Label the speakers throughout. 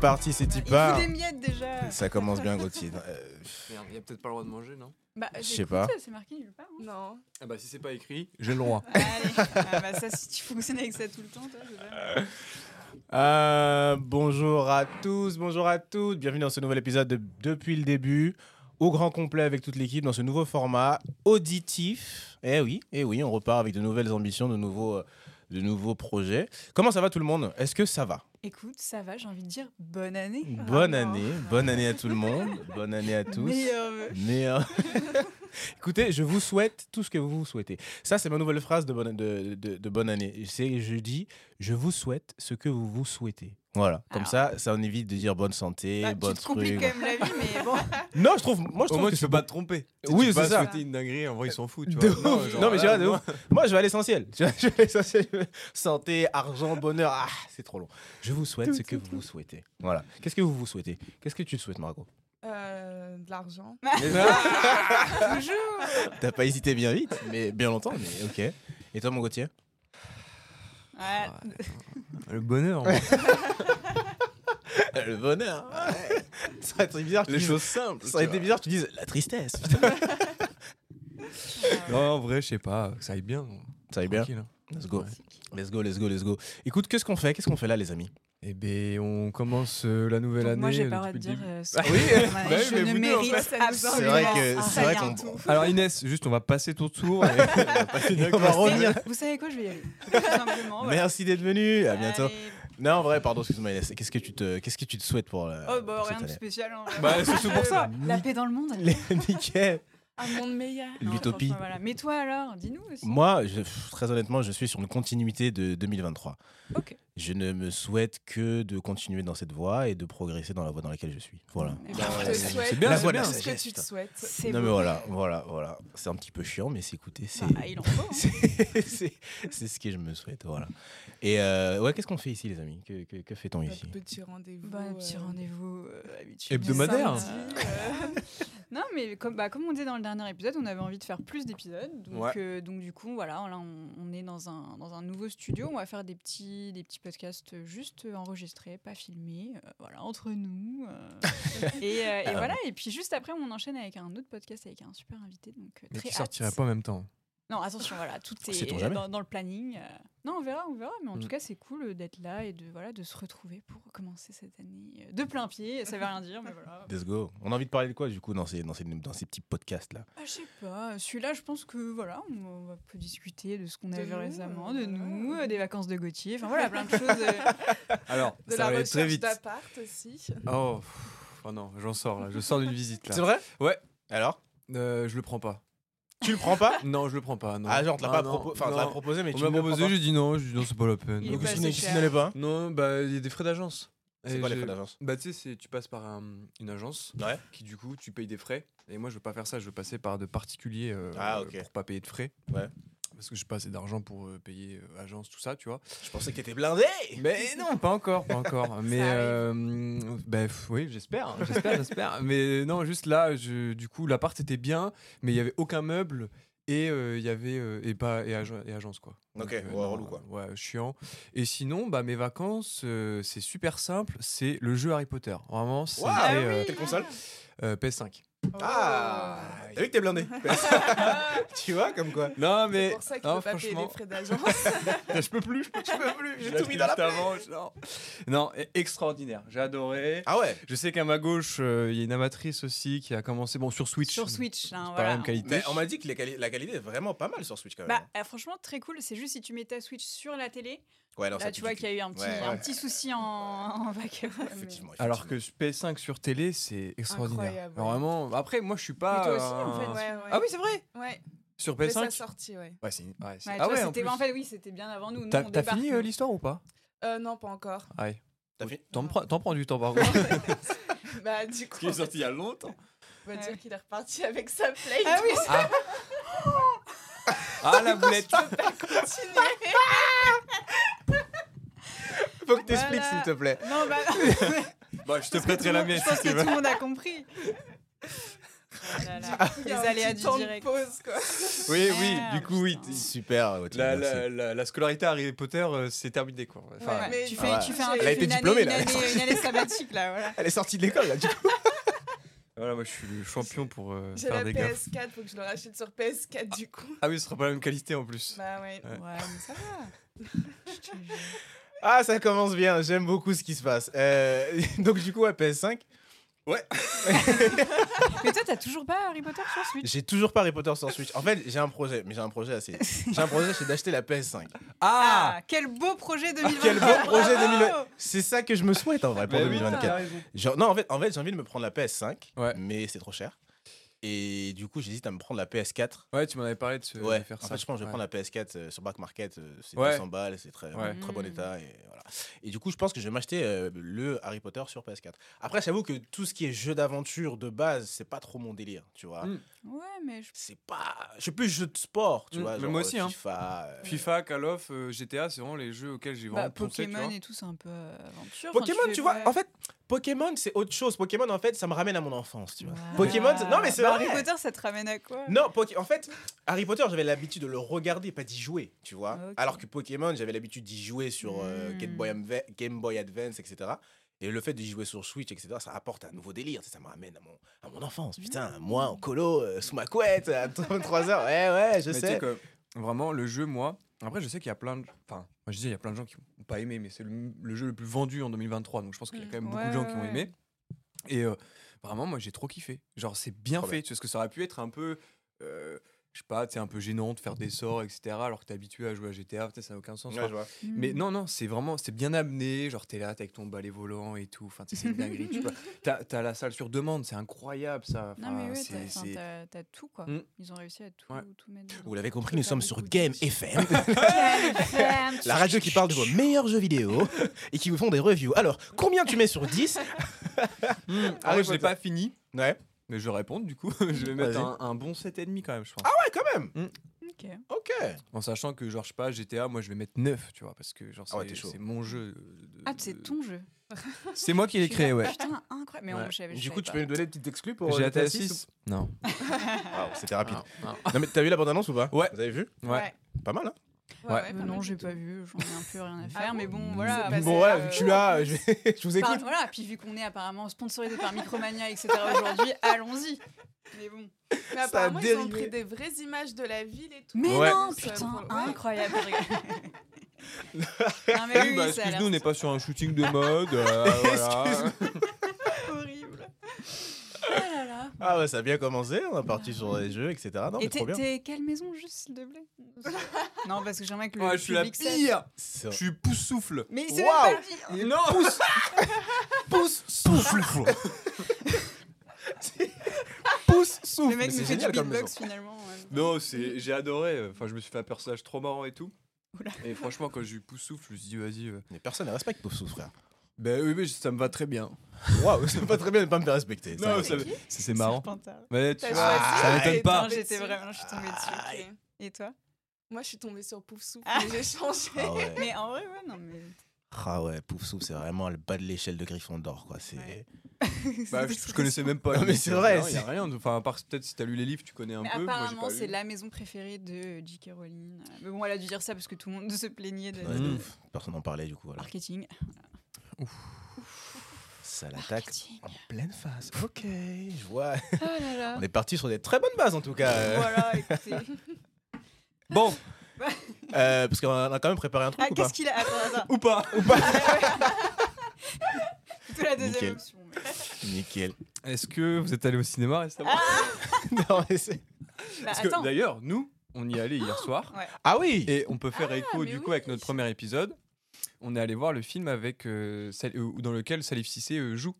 Speaker 1: parti, c'est
Speaker 2: Il
Speaker 1: type
Speaker 2: fout des miettes déjà.
Speaker 1: Ça commence bien, Gauthier. Euh,
Speaker 3: Merde, il a peut-être pas le droit de manger, non
Speaker 2: Bah,
Speaker 1: Je
Speaker 2: j'ai
Speaker 1: sais pas.
Speaker 2: écouté, C'est marqué nulle part. hein.
Speaker 4: Non.
Speaker 3: Ah bah si c'est pas écrit, j'ai le droit.
Speaker 2: Allez, ah bah ça, si tu fonctionnes avec ça tout le temps, toi, je sais pas.
Speaker 1: Euh, bonjour à tous, bonjour à toutes, bienvenue dans ce nouvel épisode de Depuis le début, au grand complet avec toute l'équipe dans ce nouveau format auditif. Eh oui, eh oui, on repart avec de nouvelles ambitions, de nouveaux, euh, de nouveaux projets. Comment ça va tout le monde Est-ce que ça va
Speaker 2: Écoute, ça va, j'ai envie de dire bonne année.
Speaker 1: Bonne
Speaker 2: Vraiment.
Speaker 1: année, bonne année à tout le monde, bonne année à tous.
Speaker 2: Meilleurs vœux.
Speaker 1: Mais euh, écoutez, je vous souhaite tout ce que vous souhaitez. Ça, c'est ma nouvelle phrase de bonne, de, de- de bonne année. C'est je dis, je vous souhaite ce que vous vous souhaitez. Voilà, comme
Speaker 2: Alors.
Speaker 1: ça, ça on évite de dire bonne santé,
Speaker 2: Ah. Bah,
Speaker 1: bonne
Speaker 2: tu te compliques
Speaker 1: truc.
Speaker 2: quand même la vie, mais bon.
Speaker 1: Non, je trouve, moi je
Speaker 3: Au
Speaker 1: trouve
Speaker 3: moins
Speaker 1: que
Speaker 3: tu peux
Speaker 1: c'est
Speaker 3: pas
Speaker 1: bon.
Speaker 3: te tromper.
Speaker 1: Oui, c'est
Speaker 3: tu peux pas
Speaker 1: ça.
Speaker 3: souhaiter une dinguerie, en vrai ils s'en foutent. Tu
Speaker 1: De
Speaker 3: vois.
Speaker 1: ouf.
Speaker 3: genre, euh,
Speaker 1: Non, mais
Speaker 3: là,
Speaker 1: tu vois, de
Speaker 3: moi,
Speaker 1: ouf. Moi, je vais à l'essentiel. Je vais- je vais à l'essentiel. Santé, argent, bonheur. Ah, c'est trop long. Je vous souhaite
Speaker 2: Tout,
Speaker 1: ce que
Speaker 2: tout,
Speaker 1: vous vous souhaitez. Voilà. Qu'est-ce que vous vous souhaitez Qu'est-ce que tu te souhaites, Margot
Speaker 4: Euh, de l'argent.
Speaker 2: Toujours.
Speaker 1: T'as pas hésité bien vite, mais bien longtemps, mais ok. Et toi, mon Gauthier
Speaker 2: Ouais.
Speaker 3: Le bonheur.
Speaker 1: Le bonheur. ça aurait été bizarre. que
Speaker 3: Les
Speaker 1: tu dises-
Speaker 3: choses simples.
Speaker 1: Ça aurait
Speaker 3: tu
Speaker 1: été
Speaker 3: vois.
Speaker 1: bizarre que tu dises la tristesse.
Speaker 3: Non, en vrai, je sais pas, que ça aille bien.
Speaker 1: Ça va bien.
Speaker 3: tranquille, hein.
Speaker 1: Let's go. Let's go, let's go, let's go. Écoute, qu'est-ce qu'on fait Qu'est-ce qu'on fait là, les amis
Speaker 3: Eh ben, on commence euh, la nouvelle
Speaker 2: Donc
Speaker 3: année.
Speaker 2: moi, j'ai
Speaker 3: euh,
Speaker 2: pas le droit de
Speaker 3: depuis le
Speaker 2: dire.
Speaker 3: début.
Speaker 2: euh, ce
Speaker 3: Ah
Speaker 2: que
Speaker 3: oui,
Speaker 2: je
Speaker 3: bah
Speaker 2: voudrais.
Speaker 3: oui,
Speaker 2: je
Speaker 3: mais
Speaker 2: ne
Speaker 3: vous deux, en
Speaker 2: mérite
Speaker 3: fait.
Speaker 2: absolument
Speaker 1: C'est vrai que- c'est vrai
Speaker 2: rien.
Speaker 1: qu'on-
Speaker 3: Alors Inès, juste, on va passer ton tour. et-
Speaker 1: On va revenir.
Speaker 2: Vous savez quoi, je vais y aller. Tout simplement. voilà.
Speaker 1: Merci d'être venu. À
Speaker 2: Oh
Speaker 1: bientôt.
Speaker 2: Allez.
Speaker 1: Non, en vrai, pardon, excuse-moi, Inès. Qu'est-ce que tu te, qu'est-ce que tu te souhaites pour, la
Speaker 2: Oh, bah
Speaker 1: pour
Speaker 2: rien de
Speaker 1: cette
Speaker 2: spécial. hein.
Speaker 3: Bah, c'est surtout pour ça.
Speaker 2: La paix dans le monde.
Speaker 1: année Nickel.
Speaker 4: Un monde meilleur.
Speaker 2: Non,
Speaker 1: L'utopie.
Speaker 2: franchement, voilà. Mais toi alors, dis-nous aussi.
Speaker 1: Moi, je- pff, très honnêtement, je suis sur une continuité de 2023.
Speaker 2: Ok.
Speaker 1: Je ne me souhaite que de continuer dans cette voie et de progresser dans la voie dans laquelle je suis. Voilà.
Speaker 2: Eh ben,
Speaker 4: Je
Speaker 3: ouais,
Speaker 4: te
Speaker 3: c'est-
Speaker 4: souhaite
Speaker 3: c'est bien,
Speaker 1: Bah, La
Speaker 3: c'est
Speaker 1: voix de
Speaker 3: bien.
Speaker 1: la
Speaker 4: ce que
Speaker 1: sagesse.
Speaker 4: tu te souhaites.
Speaker 2: C'est
Speaker 1: Non mais
Speaker 2: beau.
Speaker 1: voilà, voilà, voilà. C'est un petit peu chiant, mais c'est- écoutez, c'est.
Speaker 2: Bah, il en faut. hein.
Speaker 1: C'est c'est ce que je me souhaite, voilà. Et euh, ouais, qu'est-ce qu'on fait ici, les amis Que, que- que fait-on ici
Speaker 4: Un petit rendez-vous.
Speaker 2: Bah, un petit
Speaker 4: euh,
Speaker 2: rendez-vous euh, habituel.
Speaker 3: Hebdomadaire.
Speaker 2: du samedi, euh. Non, mais comme, bah, comme on disait dans le dernier épisode, on avait envie de faire plus d'épisodes. Donc,
Speaker 3: Ouais.
Speaker 2: euh, donc du coup, voilà, là, on, on est dans un, dans un nouveau studio. On va faire des petits, des petits podcasts juste enregistrés, pas filmés, euh, voilà, entre nous. euh. et euh, et
Speaker 1: Ah.
Speaker 2: voilà, et puis juste après, on enchaîne avec un autre podcast avec un super invité. Donc, euh,
Speaker 3: Mais
Speaker 2: très
Speaker 3: tu
Speaker 2: hâte.
Speaker 3: sortirais pas en même temps.
Speaker 2: Non, attention, voilà, tout est
Speaker 1: Sait-on jamais.
Speaker 2: dans, dans le planning. euh. Non, on verra, on verra, mais en
Speaker 3: Mm.
Speaker 2: tout cas, c'est cool euh, d'être là et de, voilà, de se retrouver pour commencer cette année euh, de plein pied. Ça veut rien dire, mais voilà.
Speaker 1: Let's go. On a envie de parler de quoi, du coup, dans ces, dans ces, dans ces petits podcasts-là
Speaker 2: Ah, je sais pas, celui-là, je pense que voilà, on, on va peut discuter de ce qu'on a
Speaker 4: De
Speaker 2: vu
Speaker 4: nous,
Speaker 2: récemment, de
Speaker 4: euh, voilà.
Speaker 2: nous, euh, des vacances de Gauthier, enfin voilà, plein de choses.
Speaker 3: Ah
Speaker 2: euh.
Speaker 3: Alors,
Speaker 4: De
Speaker 3: ça
Speaker 4: la
Speaker 3: va aller
Speaker 4: recherche
Speaker 3: très vite.
Speaker 4: d'appart aussi.
Speaker 3: Oh, pff, oh non, j'en sors là. Je sors d'une visite là.
Speaker 1: vrai
Speaker 3: Ouais.
Speaker 1: Alors
Speaker 3: Euh, je le prends pas.
Speaker 1: Tu le prends pas
Speaker 3: Non, je le prends pas. Non.
Speaker 1: Ah, genre, on te l'a pas
Speaker 3: Ah, non,
Speaker 1: propo- enfin, on te l'a
Speaker 3: non.
Speaker 1: proposé, mais
Speaker 3: On
Speaker 1: tu
Speaker 3: me l'a
Speaker 1: ne le prends
Speaker 3: proposé,
Speaker 1: pas.
Speaker 3: j'ai dit non, j'ai dit non, c'est pas la peine.
Speaker 2: Il est
Speaker 3: Donc,
Speaker 2: pas
Speaker 3: je-
Speaker 1: tu
Speaker 2: assez
Speaker 1: n'es- tu
Speaker 2: cher.
Speaker 1: ne l'es pas
Speaker 3: Non, bah, il y a des frais d'agence.
Speaker 1: C'est
Speaker 3: Et
Speaker 1: quoi les
Speaker 3: j'ai-
Speaker 1: frais d'agence
Speaker 3: Bah, tu sais, c'est- tu passes par un- une agence
Speaker 1: Ouais.
Speaker 3: qui, du coup, tu payes des frais. Et moi, je veux pas faire ça, je veux passer par de particuliers euh,
Speaker 1: Ah, ok.
Speaker 3: pour pas payer de frais.
Speaker 1: Ouais.
Speaker 3: Parce que j'ai pas assez d'argent pour euh, payer euh, agence, tout ça, tu vois.
Speaker 1: Je pensais que t'étais blindé
Speaker 3: Mais non, pas encore, pas encore. Mais
Speaker 4: arrive.
Speaker 3: euh, bah, pff, oui, j'espère, j'espère, j'espère. Mais euh, non, juste là, je, du coup, l'appart était bien, mais il y avait aucun meuble et euh, il y avait euh, et pas et, agen- et agence quoi.
Speaker 1: Ok, ouais,
Speaker 3: euh, non,
Speaker 1: relou, quoi.
Speaker 3: Ouais, chiant. Et sinon, bah mes vacances, euh, c'est super simple, c'est le jeu Harry Potter. Vraiment, c'est
Speaker 1: Waouh
Speaker 2: Ah
Speaker 3: euh,
Speaker 2: oui.
Speaker 1: Quelle console
Speaker 3: euh, PS5.
Speaker 1: Ah
Speaker 4: Oh.
Speaker 2: Oh.
Speaker 1: T'as vu que t'es blindé Tu vois, comme quoi
Speaker 3: Non
Speaker 4: C'est
Speaker 3: mais ah,
Speaker 4: pour ça qu'il
Speaker 3: non,
Speaker 4: peut pas payer les frais d'agence.
Speaker 3: je peux plus, je peux, je peux plus.
Speaker 1: J'ai
Speaker 3: Je l'ai
Speaker 1: tout mis dans la
Speaker 3: acheté avant, je- Non, non e- extraordinaire. J'ai adoré.
Speaker 1: Ah ouais
Speaker 3: Je sais qu'à ma gauche, euh, il y a une amatrice aussi qui a commencé bon sur Switch.
Speaker 2: Sur Switch, hein,
Speaker 3: Pas
Speaker 2: voilà.
Speaker 3: la même qualité.
Speaker 1: Mais on m'a dit que les quali- la qualité est vraiment pas mal sur Switch quand même.
Speaker 2: Bah, euh, franchement, très cool. C'est juste si tu mets ta Switch sur la télé,
Speaker 1: Ouais, non,
Speaker 2: là,
Speaker 1: ça
Speaker 2: bah, tu
Speaker 1: pue
Speaker 2: vois
Speaker 1: du
Speaker 2: qu'il y a eu un petit,
Speaker 1: Ouais.
Speaker 2: un petit souci en, en backup.
Speaker 1: cul. Effectivement.
Speaker 3: Alors
Speaker 1: effectivement.
Speaker 3: que PS5 sur télé, c'est extraordinaire.
Speaker 4: Incroyable,
Speaker 3: Alors
Speaker 4: ouais.
Speaker 3: vraiment. Après, moi, je suis pas.
Speaker 2: Mais toi aussi, en
Speaker 3: euh,
Speaker 2: fait.
Speaker 4: Ouais, ouais.
Speaker 3: Ah oui, c'est vrai.
Speaker 4: Ouais,
Speaker 3: Sur
Speaker 4: mais ça
Speaker 3: PS5.
Speaker 4: sortie, ouais.
Speaker 3: Ouais, c'est. Ouais, c'est-
Speaker 2: Ouais, tu
Speaker 3: ah
Speaker 2: vois,
Speaker 3: ouais. en
Speaker 2: c'était-
Speaker 3: plus.
Speaker 2: en fait, oui, c'était bien avant nous. Nous,
Speaker 3: T'as
Speaker 2: on
Speaker 3: t'as
Speaker 2: débarque,
Speaker 3: fini euh,
Speaker 2: nous.
Speaker 3: l'histoire ou pas
Speaker 4: Euh, non, pas encore.
Speaker 3: Ouais.
Speaker 1: T'as fini
Speaker 3: T'en prends- t'en prends du temps par contre.
Speaker 4: Bah, du coup, on va
Speaker 3: il y a longtemps.
Speaker 2: Ouais.
Speaker 4: dire qu'il est reparti avec sa play.
Speaker 2: Ah oui,
Speaker 3: Ah la boulette.
Speaker 4: Continuer.
Speaker 1: Faut que
Speaker 2: Voilà.
Speaker 1: t'expliques s'il te plaît.
Speaker 2: Non, bah,
Speaker 3: Bah, je te prêterai la mienne
Speaker 2: je pense
Speaker 3: si tu
Speaker 2: que
Speaker 3: veux.
Speaker 2: tout le monde a compris. là
Speaker 1: Ah,
Speaker 2: là. Ah, Les aléas du direct.
Speaker 4: pause, quoi.
Speaker 3: Oui, oui,
Speaker 2: Merde,
Speaker 3: du coup, oui.
Speaker 2: putain.
Speaker 1: Super, Gauthier,
Speaker 3: La,
Speaker 1: merci.
Speaker 3: la, la, la scolarité Harry Potter, euh, c'est terminé, quoi. Enfin,
Speaker 2: Ouais,
Speaker 4: mais-
Speaker 2: tu,
Speaker 4: ah
Speaker 2: fais,
Speaker 1: ouais.
Speaker 2: tu fais un,
Speaker 4: Elle a
Speaker 2: tu fais
Speaker 1: été
Speaker 2: une
Speaker 1: diplômée,
Speaker 2: année,
Speaker 1: là.
Speaker 2: Une année, une année sabbatique, là, voilà.
Speaker 1: Elle est sortie de l'école, là, du coup.
Speaker 3: Voilà, moi, je suis le champion pour euh,
Speaker 4: J'ai
Speaker 3: faire
Speaker 4: la
Speaker 3: des gaffes.
Speaker 4: PS4, faut que je le rachète sur PS4 du coup.
Speaker 3: Ah oui, ce sera pas la même qualité, en plus.
Speaker 4: Bah ouais.
Speaker 3: Ouais.
Speaker 2: Ouais, mais ça va. Je te jure.
Speaker 1: Ah, ça commence bien, j'aime beaucoup ce qui se passe. Euh, donc, du coup, à PS5,
Speaker 2: Mais toi, t'as toujours pas Harry Potter sur Switch
Speaker 1: j'ai toujours pas Harry Potter sur Switch. En fait, j'ai un projet, mais j'ai un projet assez. J'ai un projet, c'est d'acheter la PS5.
Speaker 2: Ah, quel beau projet 2020
Speaker 1: Quel beau projet 2020. C'est ça que je me souhaite en vrai pour
Speaker 3: Mais oui,
Speaker 1: 2024.
Speaker 3: t'as raison.
Speaker 1: Genre- non, en fait, en fait j'ai envie de me prendre la PS5,
Speaker 3: Ouais.
Speaker 1: mais c'est trop cher. Et du coup, j'hésite à me prendre la PS4.
Speaker 3: Ouais, tu m'en avais parlé de ce-
Speaker 1: Ouais,
Speaker 3: de faire
Speaker 1: en
Speaker 3: ça.
Speaker 1: fait, je pense que je vais
Speaker 3: Ouais.
Speaker 1: prendre la PS4 euh, sur Black Market. euh, c'est
Speaker 3: Ouais.
Speaker 1: 200 balles, c'est très,
Speaker 3: Ouais.
Speaker 1: très bon
Speaker 2: Mm.
Speaker 1: état. Et, voilà. et du coup, je pense que je vais m'acheter euh, le Harry Potter sur PS4. Après, j'avoue que tout ce qui est jeu d'aventure de base, c'est pas trop mon délire, tu vois.
Speaker 3: Mm.
Speaker 2: Ouais, mais je...
Speaker 1: C'est pas. Je suis plus jeu de sport, tu
Speaker 3: Mm,
Speaker 1: vois.
Speaker 3: mais
Speaker 1: genre,
Speaker 3: moi aussi,
Speaker 1: euh,
Speaker 3: hein.
Speaker 1: FIFA. euh,
Speaker 3: FIFA, Call of, euh, GTA, c'est vraiment les jeux auxquels j'ai vraiment
Speaker 2: bah,
Speaker 3: pensé, tu
Speaker 2: Pokémon
Speaker 3: vois.
Speaker 2: et tout, c'est un peu euh, aventure. Enfin,
Speaker 1: Pokémon,
Speaker 2: fais-
Speaker 1: tu vois,
Speaker 2: ouais.
Speaker 1: en fait, Pokémon, c'est autre chose. Pokémon, en fait, ça me ramène à mon enfance, tu vois.
Speaker 2: Ouais.
Speaker 1: Pokémon, c'est- non, mais c'est
Speaker 2: Bah,
Speaker 1: vrai.
Speaker 2: Harry Potter, ça te ramène à quoi
Speaker 1: Non, Poké- en fait, Harry Potter, j'avais l'habitude de le regarder, pas d'y jouer, tu vois.
Speaker 2: Ah, ok.
Speaker 1: Alors que Pokémon, j'avais l'habitude d'y jouer sur euh,
Speaker 2: Hmm.
Speaker 1: Game, Boy Adva- Game Boy Advance, etc. Et le fait d'y jouer sur Switch, etc., ça apporte un nouveau délire. Ça me ramène à mon, à mon enfance. Putain, moi, en colo, euh, sous ma couette, à 23 heures. Ouais, ouais, je
Speaker 3: Mais tu
Speaker 1: sais.
Speaker 3: sais que vraiment, le jeu, moi. Après, je sais qu'il y a plein de. Enfin, moi, je dis, il y a plein de gens qui n'ont pas aimé, mais c'est le, le jeu le plus vendu en 2023. Donc, je pense qu'il y a quand même beaucoup
Speaker 2: Ouais,
Speaker 3: de gens
Speaker 2: Mm. ouais,
Speaker 3: qui ont
Speaker 2: ouais.
Speaker 3: aimé. Et euh, vraiment, moi, j'ai trop kiffé. Genre, c'est bien
Speaker 1: Trop
Speaker 3: fait. Tu sais, parce que ça aurait pu être un peu. euh, je sais pas, c'est un peu gênant de faire des sorts, etc. Alors que t'es habitué à jouer à GTA, peut-être ça n'a aucun sens.
Speaker 1: Ouais, je vois.
Speaker 2: Hmm.
Speaker 3: Mais non, non, c'est vraiment, c'est bien amené. Genre, t'es là, t'es avec ton balai volant et tout. Enfin, tu sais, c'est une dinguerie. tu vois. T'as, t'as la salle sur demande, c'est incroyable ça.
Speaker 2: Non, mais
Speaker 1: Ah,
Speaker 3: Enfin,
Speaker 2: ouais,
Speaker 3: c'est-
Speaker 2: t'as- enfin,
Speaker 3: c'est-
Speaker 2: t'as t'as tout, quoi.
Speaker 1: Hmm.
Speaker 3: Mm.
Speaker 2: Ils ont réussi à tout,
Speaker 3: Ouais.
Speaker 2: tout mettre dedans.
Speaker 1: Vous l'avez compris,
Speaker 2: Je
Speaker 1: nous
Speaker 2: fais
Speaker 1: sommes
Speaker 2: beaucoup
Speaker 1: sur
Speaker 2: de
Speaker 1: Game
Speaker 2: petits-
Speaker 1: FM,
Speaker 2: Game FM.
Speaker 1: la radio qui parle de vos meilleurs jeux vidéo et qui vous font des reviews. Alors, combien tu mets sur 10
Speaker 3: Hmm,
Speaker 1: Harry
Speaker 3: ouais, je l'ai
Speaker 1: Potter.
Speaker 3: pas fini,
Speaker 1: Ouais.
Speaker 3: mais je vais répondre du coup. je vais mettre un,
Speaker 1: Vas-y.
Speaker 3: un bon 7,5 quand même, je pense.
Speaker 1: Ouais, quand même. Hmm.
Speaker 2: Ok.
Speaker 1: Ok.
Speaker 3: en sachant que, genre, je sais pas, GTA, moi je vais mettre 9, tu vois, parce que genre, c'est,
Speaker 1: Ah ouais, t'es chaud.
Speaker 3: c'est mon jeu. de-
Speaker 2: Ah,
Speaker 1: Euh,
Speaker 2: c'est ton jeu.
Speaker 3: C'est moi qui l'ai créé, ouais.
Speaker 2: Putain, incroyable. Mais on-
Speaker 3: Ouais.
Speaker 2: je savais- je
Speaker 1: Du coup,
Speaker 2: savais
Speaker 1: tu
Speaker 2: pas.
Speaker 1: peux nous donner des petites exclus pour euh,
Speaker 3: GTA
Speaker 1: GTA
Speaker 3: 6 Non. Ah
Speaker 1: Waouh, C'était
Speaker 2: Ah,
Speaker 1: rapide.
Speaker 3: Non, non.
Speaker 1: Ah. Non mais t'as vu la bande annonce ou pas
Speaker 3: Ouais.
Speaker 1: Vous avez vu
Speaker 3: Ouais.
Speaker 1: Pas mal hein
Speaker 3: Ouais.
Speaker 4: pas
Speaker 2: Euh,
Speaker 4: mal
Speaker 2: non,
Speaker 4: du
Speaker 2: j'ai
Speaker 4: tout.
Speaker 2: pas vu, j'en ai un peu rien à
Speaker 4: Ah
Speaker 2: faire, mais bon,
Speaker 3: bon
Speaker 2: voilà.
Speaker 4: Bah,
Speaker 1: Bon
Speaker 4: c'est,
Speaker 1: ouais,
Speaker 4: euh,
Speaker 1: vu que tu l'as, je, vais- je vous
Speaker 2: Enfin,
Speaker 1: écoute.
Speaker 2: voilà, puis vu qu'on est apparemment sponsorisé par Micromania, etc. aujourd'hui, allons-y. Mais bon.
Speaker 4: Mais
Speaker 1: Ça a
Speaker 4: apparemment, ils ont
Speaker 1: dérivé.
Speaker 4: pris des vraies images de la ville et tout.
Speaker 2: Mais
Speaker 3: Ouais.
Speaker 2: non,
Speaker 4: Ça,
Speaker 2: putain,
Speaker 4: pour- ouais.
Speaker 2: incroyable. non, mais
Speaker 3: Oui,
Speaker 2: oui,
Speaker 3: bah,
Speaker 2: ça a
Speaker 3: excuse-nous, on
Speaker 2: l'air
Speaker 3: n'est pas sur un shooting de mode. euh, voilà.
Speaker 4: horrible.
Speaker 2: Ah là là.
Speaker 1: Ah ouais, ça a bien commencé, on est parti sur les jeux, etc. Non mais
Speaker 2: Et
Speaker 1: trop
Speaker 2: t'es
Speaker 1: bien.
Speaker 2: t'es quelle maison juste, s'il te plaît Ah, Non, parce que j'aimerais que le
Speaker 3: Ouais, je suis la
Speaker 2: public sache.
Speaker 3: pire.
Speaker 1: C'est-
Speaker 3: Je suis pouce-souffle.
Speaker 2: Mais il s'est même pas
Speaker 1: Waouh
Speaker 2: le dire.
Speaker 3: Non
Speaker 1: Pouce Pouce souffle Pouce souffle
Speaker 2: Le mec
Speaker 1: Mais
Speaker 2: nous
Speaker 1: c'est
Speaker 2: fait du
Speaker 1: génial comme maison.
Speaker 2: beatbox finalement. ouais.
Speaker 3: Non, c'est j'ai adoré. euh, Enfin, je me suis fait un personnage trop marrant et tout.
Speaker 2: Oula.
Speaker 3: Et franchement, quand j'ai eu pouce souffle, je me suis dit vas-y. euh,
Speaker 1: Mais personne ne respecte Pouce souffle frère.
Speaker 3: Ben oui, mais ça me va très bien.
Speaker 1: Waouh, c'est pas très bien de pas me faire respecter. ça.
Speaker 3: Non, ça-
Speaker 4: qui
Speaker 3: c'est c'est marrant.
Speaker 2: Serpentard.
Speaker 3: Mais tu
Speaker 4: T'as
Speaker 3: vois,
Speaker 1: choisi.
Speaker 3: ça
Speaker 1: Ah,
Speaker 3: m'étonne
Speaker 4: étant-
Speaker 3: pas.
Speaker 2: Non, J'étais vraiment, je suis tombée dessus.
Speaker 4: Ok.
Speaker 2: Et toi
Speaker 4: Moi, je suis tombée sur Pouf Souffle,
Speaker 2: Ah.
Speaker 4: mais j'ai changé.
Speaker 1: Ah ouais.
Speaker 2: Mais en vrai, ouais, non, mais.
Speaker 1: Ah ouais, Pouf souffle c'est vraiment le bas de l'échelle de Gryffondor quoi, c'est
Speaker 2: Ouais.
Speaker 3: Bah, je, je connaissais même pas.
Speaker 1: Non, mais
Speaker 3: Donc,
Speaker 1: c'est
Speaker 3: euh,
Speaker 1: vrai,
Speaker 3: non, Il y a
Speaker 1: c'est-
Speaker 3: rien. de- Enfin, à part peut-être si t'as lu les livres, tu connais un
Speaker 2: Mais
Speaker 3: peu. moi, j'ai
Speaker 2: apparemment,
Speaker 3: pas lu.
Speaker 2: c'est la maison préférée de J.K. Rowling. Euh, Mais bon, elle a dû dire ça parce que tout le monde se plaignait de
Speaker 1: Ouais,
Speaker 3: Mm.
Speaker 1: de ouf. Personne n'en parlait du coup voilà.
Speaker 2: marketing.
Speaker 1: Ça l'attaque
Speaker 2: Marketing.
Speaker 1: en pleine face. OK, je vois.
Speaker 2: Oh là là.
Speaker 1: On est parti sur des très bonnes bases en tout cas. euh.
Speaker 2: Voilà, écoutez.
Speaker 3: Bon
Speaker 1: Euh, parce qu'on a quand même préparé un truc
Speaker 2: Ah,
Speaker 1: ou pas
Speaker 2: qu'est-ce qu'il a Attends, attends.
Speaker 3: ou pas
Speaker 2: Plutôt la deuxième
Speaker 1: Nickel.
Speaker 2: option. mais- Bah,
Speaker 1: Nickel.
Speaker 3: Est-ce que vous êtes allé au cinéma récemment
Speaker 1: Non, mais c'est-
Speaker 2: Bah,
Speaker 3: Parce que
Speaker 2: Euh, attends.
Speaker 3: d'ailleurs, nous, on y est allé hier soir.
Speaker 1: ah oui
Speaker 3: Et on peut
Speaker 2: Ah,
Speaker 3: faire écho
Speaker 4: mais
Speaker 3: du coup
Speaker 4: oui.
Speaker 3: avec notre premier épisode. On est allé voir le film avec euh, Sal- euh, dans lequel Salif Cissé euh, joue.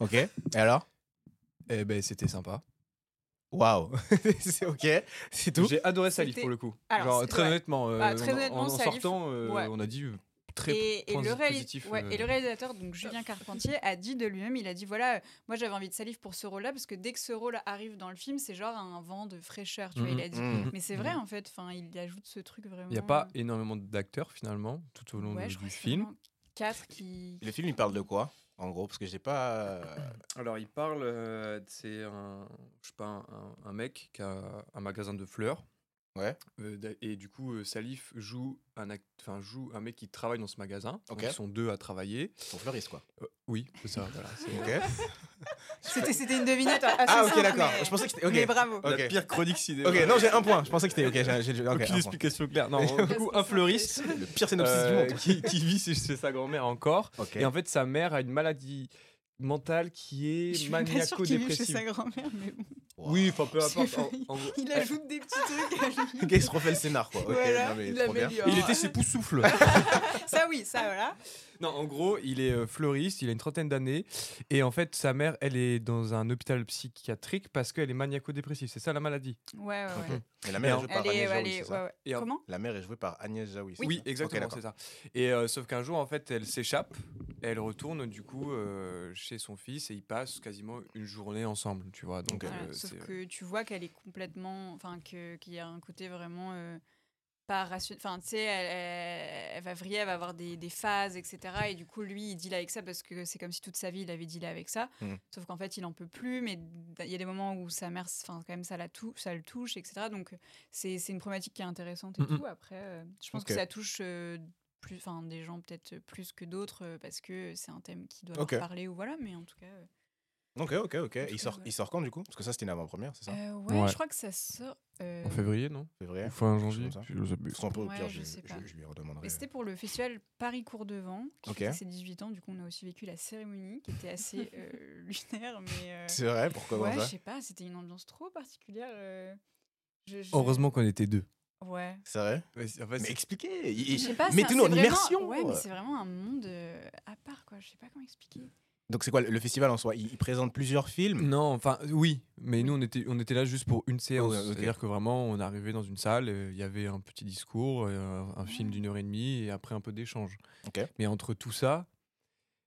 Speaker 1: Ok, et alors
Speaker 3: Eh ben c'était sympa.
Speaker 1: Waouh C'est ok, c'est tout.
Speaker 3: J'ai adoré Salif
Speaker 2: C'était-
Speaker 3: pour le coup.
Speaker 2: Alors,
Speaker 3: Genre
Speaker 2: c'est-
Speaker 3: très
Speaker 2: ouais.
Speaker 3: honnêtement, euh,
Speaker 2: Bah, très
Speaker 3: on-
Speaker 2: honnêtement,
Speaker 3: en, en
Speaker 2: Salif,
Speaker 3: sortant, euh,
Speaker 2: ouais.
Speaker 3: on a dit euh, très
Speaker 2: Et, et
Speaker 3: points
Speaker 2: le réalis-
Speaker 3: positifs,
Speaker 2: ouais,
Speaker 3: euh.
Speaker 2: et le réalisateur, donc Julien Carpentier, a dit de lui-même, il a dit voilà, euh, moi j'avais envie de Salif pour ce rôle-là parce que dès que ce rôle arrive dans le film, c'est genre un vent de fraîcheur, tu vois, il a dit.
Speaker 1: Mhm.
Speaker 2: Mais c'est vrai en fait, enfin, il ajoute ce truc vraiment.
Speaker 3: Il n'y a pas énormément d'acteurs finalement tout au long
Speaker 2: euh, Ouais,
Speaker 3: de-
Speaker 2: je crois
Speaker 3: du
Speaker 2: que c'est
Speaker 3: film.
Speaker 2: vraiment Quatre qui.
Speaker 1: Le film, il parle de quoi en gros, parce que j'ai pas. euh,
Speaker 3: Alors, il parle, euh, c'est un, je sais pas, un, un- un mec qui a un magasin de fleurs.
Speaker 1: Ouais.
Speaker 3: Euh, d'a- et du coup, euh, Salif joue un, act- enfin, joue un mec qui travaille dans ce magasin. Donc,
Speaker 1: Ok.
Speaker 3: ils sont deux à travailler.
Speaker 1: Pour fleuriste, quoi.
Speaker 3: Euh, oui, c'est ça. voilà, c'est
Speaker 1: Ok.
Speaker 2: C'était c'était une devinette assez
Speaker 1: ah, ok,
Speaker 2: simple,
Speaker 1: d'accord.
Speaker 2: mais-
Speaker 1: Je pensais que c'était. Ok.
Speaker 2: Mais bravo.
Speaker 1: Ok.
Speaker 3: la pire chronique cinéma.
Speaker 1: Ok, non, j'ai un point. Je pensais que c'était. Ok, j'ai- j'ai. ok, un
Speaker 3: Aucune
Speaker 1: point.
Speaker 3: explication claire. Non,
Speaker 1: Ok.
Speaker 3: du coup, un fleuriste
Speaker 1: Le pire synopsis du
Speaker 3: euh,
Speaker 1: monde.
Speaker 3: qui, qui vit chez, chez sa grand-mère encore.
Speaker 1: Ok.
Speaker 3: Et en fait, sa mère a une maladie mentale qui
Speaker 2: Je
Speaker 3: est
Speaker 2: suis pas sûre qu'il vive chez
Speaker 3: maniaco-dépressive.
Speaker 2: sa grand-mère, mais bon.
Speaker 1: Wow.
Speaker 3: Oui, enfin peu
Speaker 2: C'est
Speaker 3: importe. en-
Speaker 2: vrai.
Speaker 3: en gros-
Speaker 2: Il ajoute des petits trucs à lui.
Speaker 1: Le gars, il se refait le scénar, quoi. Ok,
Speaker 2: Voilà,
Speaker 1: non, mais
Speaker 4: il
Speaker 1: trop bien.
Speaker 4: l'améliore.
Speaker 3: Il était ses souffle
Speaker 2: Ça, oui, ça, voilà.
Speaker 3: Non, en gros, il est euh, fleuriste, il a une trentaine d'années, et en fait, sa mère, elle est dans un hôpital psychiatrique parce qu'elle est maniaco-dépressive. C'est ça la maladie.
Speaker 2: Ouais, ouais, ouais.
Speaker 1: Et la mère
Speaker 3: Et
Speaker 1: est jouée
Speaker 2: Elle
Speaker 1: par
Speaker 2: est,
Speaker 1: Agnès
Speaker 2: elle
Speaker 1: Jaoui,
Speaker 2: est-
Speaker 1: c'est ça
Speaker 2: ouais, ouais.
Speaker 3: Et en-
Speaker 2: Comment
Speaker 1: La mère est jouée par Agnès Jaoui. c'est
Speaker 3: Oui,
Speaker 1: ça
Speaker 3: exactement,
Speaker 1: Ok,
Speaker 3: c'est ça. Et euh, sauf qu'un jour, en fait, elle s'échappe, et elle retourne du coup euh, chez son fils, et ils passent quasiment une journée ensemble, tu vois. Donc,
Speaker 1: Ok.
Speaker 2: Voilà,
Speaker 3: euh,
Speaker 2: sauf
Speaker 3: c'est-
Speaker 2: que tu vois qu'elle est complètement. Enfin, que- qu'il y a un côté vraiment euh, pas rationnel. Enfin, tu sais, elle, elle- elle va vriller, elle va avoir des, des phases, etc. Et du coup, lui, il deal avec ça parce que c'est comme si toute sa vie, il avait dealé avec ça.
Speaker 1: Mhm.
Speaker 2: Sauf qu'en fait, il en peut plus, mais d- il y a des moments où sa mère, enfin, quand même, ça, la tou- ça le touche, etc. Donc, c'est c'est une problématique qui est intéressante et
Speaker 3: Mhm.
Speaker 2: tout. Après, euh, je pense
Speaker 1: Mmh, Ok.
Speaker 2: que ça touche. euh, plus, enfin, des gens peut-être plus que d'autres euh, parce que c'est un thème qui doit
Speaker 1: Ok.
Speaker 2: leur parler ou voilà mais en tout cas euh,
Speaker 1: Ok, ok, ok.
Speaker 2: Parce
Speaker 1: Il
Speaker 2: que,
Speaker 1: sort,
Speaker 2: ouais.
Speaker 1: il sort quand du coup Parce que ça, c'était une avant-première, c'est ça
Speaker 2: euh, ouais,
Speaker 3: Ouais.
Speaker 2: je crois que ça sort euh,
Speaker 3: En février, non
Speaker 1: Février.
Speaker 3: Ou fin janvier
Speaker 1: comme ça.
Speaker 3: je sais plus.
Speaker 1: Ils sont un peu au
Speaker 2: Ouais,
Speaker 1: pire,
Speaker 2: je
Speaker 1: je,
Speaker 2: sais pas.
Speaker 1: je- je lui redemanderai.
Speaker 2: Mais c'était pour le festival Paris Cours de Vent, qui
Speaker 1: Ok.
Speaker 2: fêtait ses 18 ans. Du coup, on a aussi vécu la cérémonie, qui était assez euh, lunaire, mais... euh,
Speaker 1: C'est vrai, pourquoi
Speaker 2: ouais,
Speaker 1: comment
Speaker 2: je
Speaker 1: ça
Speaker 2: sais pas, c'était une ambiance trop particulière. euh, je- je-
Speaker 3: Heureusement qu'on était deux.
Speaker 2: Ouais.
Speaker 1: C'est vrai
Speaker 3: en
Speaker 1: Mais expliquez il- il-
Speaker 2: Je sais pas, c'est un-
Speaker 1: Mettez-nous en
Speaker 2: c'est vraiment-
Speaker 1: immersion
Speaker 2: Ouais, mais c'est vraiment un monde euh, à part, quoi. Je sais pas comment expliquer.
Speaker 1: Donc, c'est quoi le- le festival en soi il, il présente plusieurs films
Speaker 3: Non, enfin oui, mais nous on était, on était là juste pour une séance.
Speaker 1: Ouais, ok.
Speaker 3: C'est-à-dire que vraiment on arrivait dans une salle, euh, il y avait un petit discours, euh, un, un film d'une heure et demie et après un peu d'échange.
Speaker 1: Ok.
Speaker 3: Mais entre tout ça,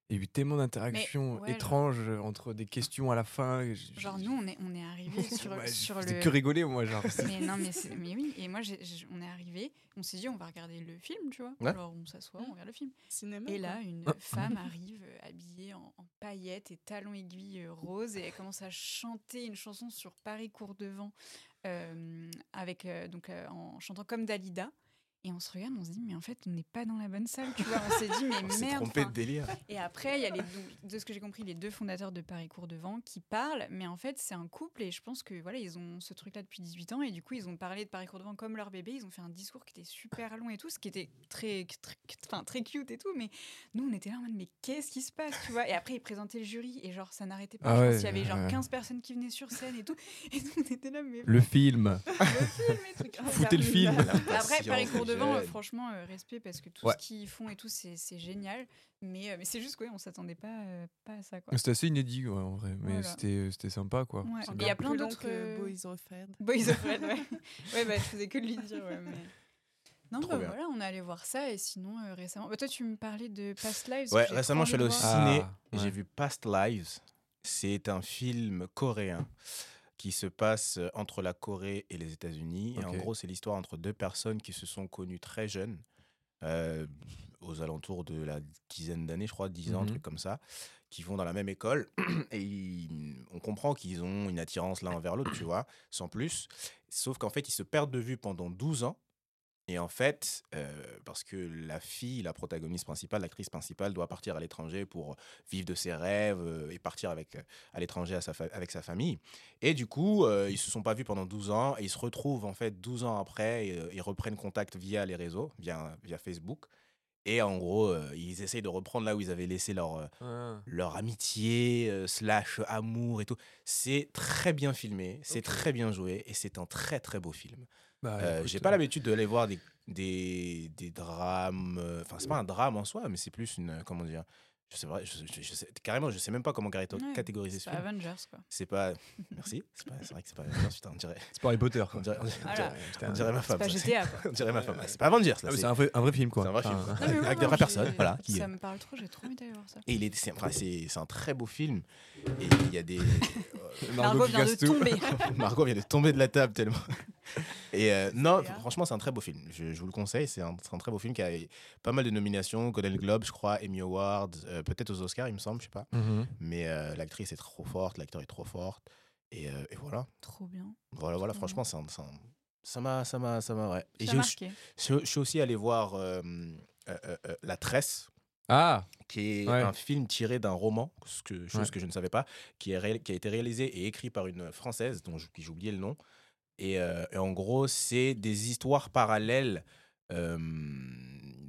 Speaker 3: il y a eu tellement d'interactions
Speaker 2: ouais, genre-
Speaker 3: étranges euh, entre des questions à la fin. et j-
Speaker 2: Genre,
Speaker 3: j-
Speaker 2: nous, on est, on est arrivés sur,
Speaker 3: Ouais,
Speaker 2: sur
Speaker 3: j'ai
Speaker 2: le...
Speaker 3: que rigoler moi genre.
Speaker 2: Mais non, mais, c'est- mais oui. Et moi, j'ai- j'ai- on est arrivés, on s'est dit, on va regarder le film, tu vois.
Speaker 1: Ouais.
Speaker 2: Alors, on s'assoit, on regarde le film.
Speaker 4: Cinéma.
Speaker 2: Et
Speaker 4: quoi.
Speaker 2: là,
Speaker 1: Ah.
Speaker 2: une femme arrive euh, habillée en, en paillettes et talons aiguilles euh, roses et elle commence à chanter une chanson sur Paris court de vent euh, avec euh, donc euh, en chantant comme Dalida. Et on se regarde, on se dit mais en fait on n'est pas dans la bonne salle, tu vois. On s'est dit mais
Speaker 1: On s'est
Speaker 2: merde.
Speaker 1: trompé de
Speaker 2: enfin.
Speaker 1: délire.
Speaker 2: Et après il y a les donc, de ce que j'ai compris les deux fondateurs de Paris court de vent qui parlent, mais en fait c'est un couple et je pense que voilà ils ont ce truc là depuis 18 ans et du coup ils ont parlé de Paris court de vent comme leur bébé. Ils ont fait un discours qui était super long et tout, ce qui était très très, enfin, très cute et tout, mais nous, on était là en mode, mais qu'est-ce qui se passe, tu vois Et après, ils présentaient le jury, et genre, ça n'arrêtait pas. Je
Speaker 3: Ah
Speaker 2: pense
Speaker 3: ouais,
Speaker 2: qu'il y avait genre
Speaker 3: ouais.
Speaker 2: 15 personnes qui venaient sur scène et tout. Et nous, on était là, mais
Speaker 3: Le film.
Speaker 2: le film et truc.
Speaker 3: Foutez le film.
Speaker 2: Après,
Speaker 1: Patience,
Speaker 2: Paris Cours
Speaker 1: les
Speaker 2: devant,
Speaker 1: jeunes.
Speaker 2: franchement, euh, respect, parce que tout
Speaker 3: Ouais.
Speaker 2: ce qu'ils font et tout, c'est c'est génial. Mais, euh, mais c'est juste qu'on on s'attendait pas, euh, pas à ça, quoi.
Speaker 3: C'était assez inédit ouais, en vrai, mais
Speaker 2: Voilà.
Speaker 3: c'était c'était sympa quoi.
Speaker 2: Ouais.
Speaker 3: C'est
Speaker 2: Et
Speaker 4: Encore
Speaker 2: il y
Speaker 3: bien.
Speaker 2: a plein
Speaker 4: plus long
Speaker 2: d'autres,
Speaker 4: que
Speaker 2: euh,
Speaker 4: Boys of Red.
Speaker 2: Boys of Red, ouais. ouais, bah, je faisais que de lui dire, ouais, mais... Non,
Speaker 1: Trop
Speaker 2: bah
Speaker 1: bien.
Speaker 2: voilà, on est allé voir ça, et sinon, euh, récemment... Bah, toi, tu me parlais de Past Lives.
Speaker 1: Ouais,
Speaker 2: que j'ai
Speaker 1: récemment, Ah,
Speaker 2: trop
Speaker 1: je
Speaker 2: envie
Speaker 1: suis allé
Speaker 2: de
Speaker 1: au
Speaker 2: voir.
Speaker 1: ciné.
Speaker 3: Ah, ouais.
Speaker 1: J'ai vu Past Lives. C'est un film coréen qui se passe euh, entre la Corée et les États-Unis. Et en
Speaker 3: Ok.
Speaker 1: gros, c'est l'histoire entre deux personnes qui se sont connues très jeunes, euh, aux alentours de la dizaine d'années, je crois, 10 ans, un
Speaker 3: Mhm.
Speaker 1: truc comme ça, qui vont dans la même école. et ils- on comprend qu'ils ont une attirance l'un envers l'autre, tu vois, sans plus. Sauf qu'en fait, ils se perdent de vue pendant 12 ans. Et en fait, euh, parce que la fille, la protagoniste principale, l'actrice principale, doit partir à l'étranger pour vivre de ses rêves euh, et partir avec, euh, à l'étranger à sa fa- avec sa famille. Et du coup, euh, ils se sont pas vus pendant 12 ans et ils se retrouvent en fait 12 ans après, et, euh, ils reprennent contact via les réseaux, via, via Facebook. Et en gros, euh, ils essayent de reprendre là où ils avaient laissé leur, euh,
Speaker 3: Ah.
Speaker 1: leur amitié, euh, slash amour et tout. C'est très bien filmé, c'est
Speaker 3: Ok.
Speaker 1: très bien joué et c'est un très très beau film.
Speaker 3: Bah,
Speaker 1: Euh,
Speaker 3: écoute,
Speaker 1: J'ai pas l'habitude d'aller voir des, des, des drames. euh, Enfin, c'est pas un drame en soi, mais c'est plus une. euh, Comment dire je sais, pas, je, je- je sais- carrément, je sais même pas comment carito-
Speaker 2: Ouais,
Speaker 1: catégoriser
Speaker 2: C'est
Speaker 1: ce
Speaker 2: pas
Speaker 1: film.
Speaker 2: Avengers, quoi.
Speaker 1: C'est pas. Merci. C'est pas- c'est vrai que c'est pas Avengers, putain, on dirait,
Speaker 3: C'est pas Harry Potter
Speaker 1: on
Speaker 3: quoi.
Speaker 1: dirait, on dirait-
Speaker 2: Voilà.
Speaker 1: on dirait ma
Speaker 2: C'est
Speaker 1: femme.
Speaker 2: pas
Speaker 1: ça.
Speaker 2: GTA, quoi.
Speaker 1: On dirait ma femme. C'est pas Avengers,
Speaker 3: Ah,
Speaker 1: là.
Speaker 3: mais
Speaker 1: c'est-
Speaker 3: C'est un vrai, un vrai film quoi.
Speaker 1: c'est un vrai film.
Speaker 3: Enfin,
Speaker 1: quoi.
Speaker 2: Non, mais ouais,
Speaker 1: Avec
Speaker 2: ouais,
Speaker 1: des vraies
Speaker 2: j'ai-
Speaker 1: personnes, voilà. Ah, qui- euh,
Speaker 2: Ça me parle trop, j'ai trop envie d'aller voir ça.
Speaker 1: Et il est, c'est enfin, c'est- c'est un très beau film. Et il y a des.
Speaker 2: Margot,
Speaker 3: qui
Speaker 2: vient de
Speaker 3: casse tout.
Speaker 2: tomber.
Speaker 1: Margot vient de tomber de la table tellement. Et euh, non,
Speaker 4: bien.
Speaker 1: franchement, c'est un très beau film. Je, je vous le conseille. C'est un, c'est un très beau film qui a pas mal de nominations Golden Globe, je crois, Emmy Awards, euh, peut-être aux Oscars, il me semble, je sais pas.
Speaker 3: Mhm.
Speaker 1: Mais euh, l'actrice est trop forte, l'acteur est trop forte. Et, euh, et voilà.
Speaker 2: Trop bien.
Speaker 1: Voilà, voilà.
Speaker 2: Trop
Speaker 1: Franchement, c'est un- c'est un- ça m'a, ça m'a, ça m'a, ouais. Et
Speaker 2: Ça
Speaker 1: j'ai
Speaker 2: a
Speaker 1: aussi-
Speaker 2: marqué.
Speaker 1: je, je suis aussi allé voir euh, euh, euh, euh, La Tresse,
Speaker 3: Ah,
Speaker 1: qui est
Speaker 3: Ouais.
Speaker 1: un film tiré d'un roman, ce que, chose
Speaker 3: Ouais.
Speaker 1: que je ne savais pas, qui, est réel- qui a été réalisé et écrit par une Française, dont j- qui j'ai oublié le nom. Et, euh, et en gros, c'est des histoires parallèles euh,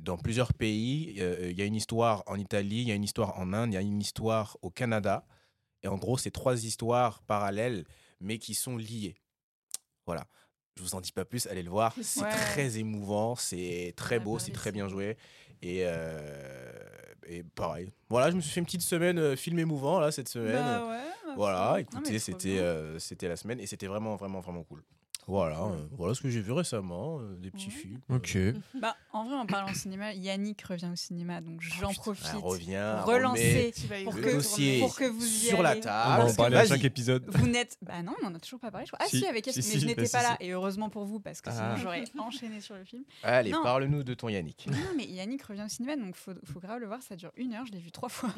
Speaker 1: dans plusieurs pays. Euh, euh, Il y a une histoire en Italie, il y a une histoire en Inde, il y a une histoire au Canada. Et en gros, c'est trois histoires parallèles, mais qui sont liées. Voilà. Je vous en dis pas plus, allez le voir. C'est
Speaker 2: Ouais.
Speaker 1: très émouvant, c'est très
Speaker 2: On a
Speaker 1: beau, c'est
Speaker 2: parlé de
Speaker 1: très
Speaker 2: ça.
Speaker 1: bien joué. Et, euh, et pareil. Voilà, je me suis fait une petite semaine euh, film émouvant, là, cette semaine.
Speaker 2: Bah ouais, ma foi. Non,
Speaker 1: Voilà,
Speaker 2: mais
Speaker 1: écoutez,
Speaker 2: trop
Speaker 1: c'était
Speaker 2: bien.
Speaker 1: euh, c'était la semaine et c'était vraiment, vraiment, vraiment cool. Voilà,
Speaker 2: cool.
Speaker 1: euh, voilà ce que j'ai vu récemment, euh, des petits
Speaker 2: Ouais.
Speaker 1: films.
Speaker 3: ok.
Speaker 1: euh,
Speaker 2: Bah, en vrai, en parlant cinéma, Yannick revient au cinéma, donc j'en profite.
Speaker 1: Ah, Elle revient,
Speaker 2: relancer
Speaker 4: Tu vas y
Speaker 2: pour
Speaker 1: le
Speaker 4: retourner.
Speaker 2: que,
Speaker 1: dossier
Speaker 2: pour que vous y
Speaker 1: sur la
Speaker 2: allez.
Speaker 1: table.
Speaker 3: on va en
Speaker 2: parce que
Speaker 3: parler à chaque
Speaker 1: vas-y.
Speaker 3: épisode.
Speaker 2: Vous n'êtes. Bah non, mais on n'en a toujours pas parlé, je crois. Ah si,
Speaker 3: Si,
Speaker 2: avec
Speaker 3: si,
Speaker 2: Estelle, mais
Speaker 3: si,
Speaker 2: je
Speaker 3: bah
Speaker 2: n'étais
Speaker 3: si,
Speaker 2: pas là.
Speaker 3: si.
Speaker 2: Et heureusement pour vous, parce que sinon
Speaker 3: Ah.
Speaker 2: j'aurais enchaîné sur le film.
Speaker 1: Allez,
Speaker 2: Non.
Speaker 1: parle-nous de ton Yannick.
Speaker 2: Non, mais Yannick revient au cinéma, donc faut, faut grave le voir. Ça dure une heure, je l'ai vu trois fois.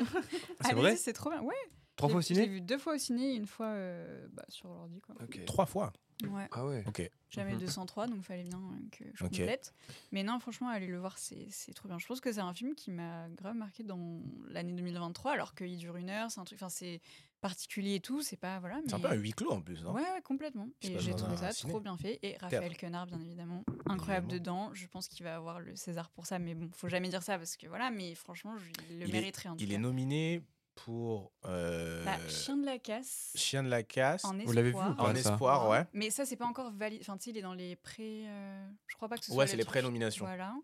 Speaker 3: C'est
Speaker 2: Allez-y,
Speaker 3: vrai
Speaker 2: C'est trop bien. Ouais.
Speaker 3: Trois
Speaker 2: je
Speaker 3: fois au
Speaker 2: l'ai- Je l'ai
Speaker 3: ciné
Speaker 2: vu deux fois au ciné, et une fois euh, bah, sur l'ordi, quoi.
Speaker 3: Ok.
Speaker 1: Trois fois.
Speaker 2: Ouais.
Speaker 3: Ah ouais.
Speaker 2: Jamais le
Speaker 3: Mhm.
Speaker 2: 203, donc fallait bien euh, que je
Speaker 1: Ok.
Speaker 2: complète. Mais non, franchement, aller le voir, c'est c'est trop bien. Je pense que c'est un film qui m'a grave marqué dans l'année 2023, alors qu'il dure une heure, c'est un truc, enfin c'est particulier et tout, c'est pas voilà.
Speaker 1: C'est un
Speaker 2: mais-
Speaker 1: peu un huis clos en plus. hein. non
Speaker 2: Ouais, ouais, complètement.
Speaker 1: Il se
Speaker 2: Et
Speaker 1: passe
Speaker 2: j'ai
Speaker 1: dans
Speaker 2: trouvé
Speaker 1: un
Speaker 2: ça
Speaker 1: ciné.
Speaker 2: trop bien fait. Et Raphaël Quenard, bien évidemment, incroyable dedans. Je pense qu'il va avoir le César pour ça, mais bon, faut jamais dire ça parce que voilà. Mais franchement, je- il le
Speaker 1: Il est-
Speaker 2: mériterait en tout
Speaker 1: Il est
Speaker 2: cas.
Speaker 1: nominé pour euh,
Speaker 2: La Chien de la casse.
Speaker 1: Chien de la casse.
Speaker 2: En Ah, espoir.
Speaker 3: Vous l'avez vu ou pas,
Speaker 1: En
Speaker 3: Ouais, ça.
Speaker 1: espoir, ouais.
Speaker 2: Mais ça, c'est pas encore valide. Enfin, tu sais, il est dans les pré. euh, Je crois pas que ce soit.
Speaker 1: Ouais,
Speaker 2: le
Speaker 1: c'est les
Speaker 2: truc.
Speaker 1: pré-nominations.
Speaker 2: Voilà.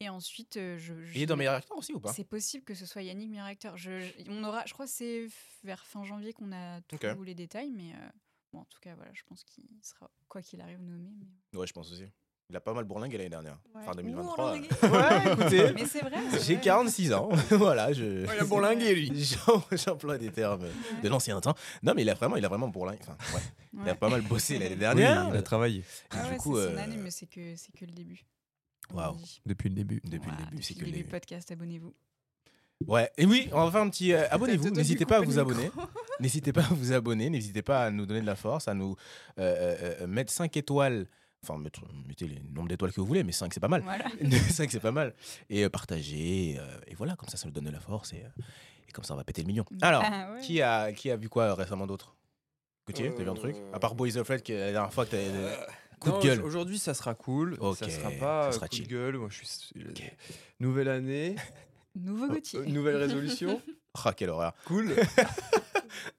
Speaker 2: Et ensuite, euh, je. je-
Speaker 1: Il est dans Meilleur Acteur aussi ou pas
Speaker 2: C'est possible que ce soit Yannick meilleur acteur. Je, je- on aura, je crois, que c'est vers fin janvier qu'on a tous
Speaker 1: Ok.
Speaker 2: les détails, mais euh, bon, en tout cas, voilà, je pense qu'il sera quoi qu'il arrive nommé. mais-
Speaker 1: Ouais, je pense aussi. Il a pas mal bourlingué l'année dernière.
Speaker 4: Ouais.
Speaker 1: Enfin,
Speaker 2: Ouh,
Speaker 1: 2023.
Speaker 2: on
Speaker 1: euh.
Speaker 2: l'a
Speaker 1: Ouais, écoutez,
Speaker 2: Mais c'est vrai.
Speaker 1: j'ai 46 ans. voilà, je.
Speaker 3: Ah, il a bourlingué, lui.
Speaker 1: J'em- J'emploie des termes de l'ancien temps. Non, mais il a vraiment, il a vraiment bourlingué. Enfin, ouais, il a pas mal bossé l'année dernière.
Speaker 3: Ah, il a travaillé
Speaker 1: Et
Speaker 2: Ah
Speaker 1: du
Speaker 2: ouais,
Speaker 1: coup,
Speaker 2: c'est son
Speaker 1: euh,
Speaker 2: année, mais c'est que c'est que le début. on
Speaker 1: waouh.
Speaker 2: dit.
Speaker 3: depuis le début.
Speaker 1: Depuis
Speaker 2: Voilà,
Speaker 1: le début, c'est
Speaker 2: depuis
Speaker 1: que le début.
Speaker 2: podcast, abonnez-vous.
Speaker 1: Ouais, et oui, on va faire un petit. euh, abonnez-vous,
Speaker 4: Peut-être
Speaker 1: n'hésitez
Speaker 4: dû
Speaker 1: pas à
Speaker 4: couper
Speaker 1: vous
Speaker 4: le
Speaker 1: abonner.
Speaker 4: micro.
Speaker 1: N'hésitez pas à vous abonner, n'hésitez pas à nous donner de la force, à nous euh, euh, euh, mettre 5 étoiles. Enfin, mettre- mettez les nombres d'étoiles que vous voulez, mais 5 c'est pas mal.
Speaker 2: Voilà.
Speaker 1: 5 c'est pas mal. Et euh, partager, euh, et voilà, comme ça, ça nous donne de la force, et, euh, et comme ça, on va péter le million. Alors,
Speaker 2: Ah ouais.
Speaker 1: qui, a, qui a vu quoi euh, récemment d'autre Gauthier, t'as vu un truc
Speaker 3: Euh.
Speaker 1: À part Boys of Red, que la dernière fois que t'as. coup de
Speaker 3: Non,
Speaker 1: gueule.
Speaker 3: Aujourd'hui, ça sera cool.
Speaker 1: Ok,
Speaker 3: Ça sera pas
Speaker 1: ça
Speaker 3: euh,
Speaker 1: sera
Speaker 3: coup
Speaker 1: chill.
Speaker 3: de gueule. Moi, je suis. Nouvelle année,
Speaker 2: Nouveau
Speaker 1: Oh,
Speaker 2: Gauthier.
Speaker 3: euh, nouvelle résolution.
Speaker 1: Ah, quelle horreur.
Speaker 3: cool.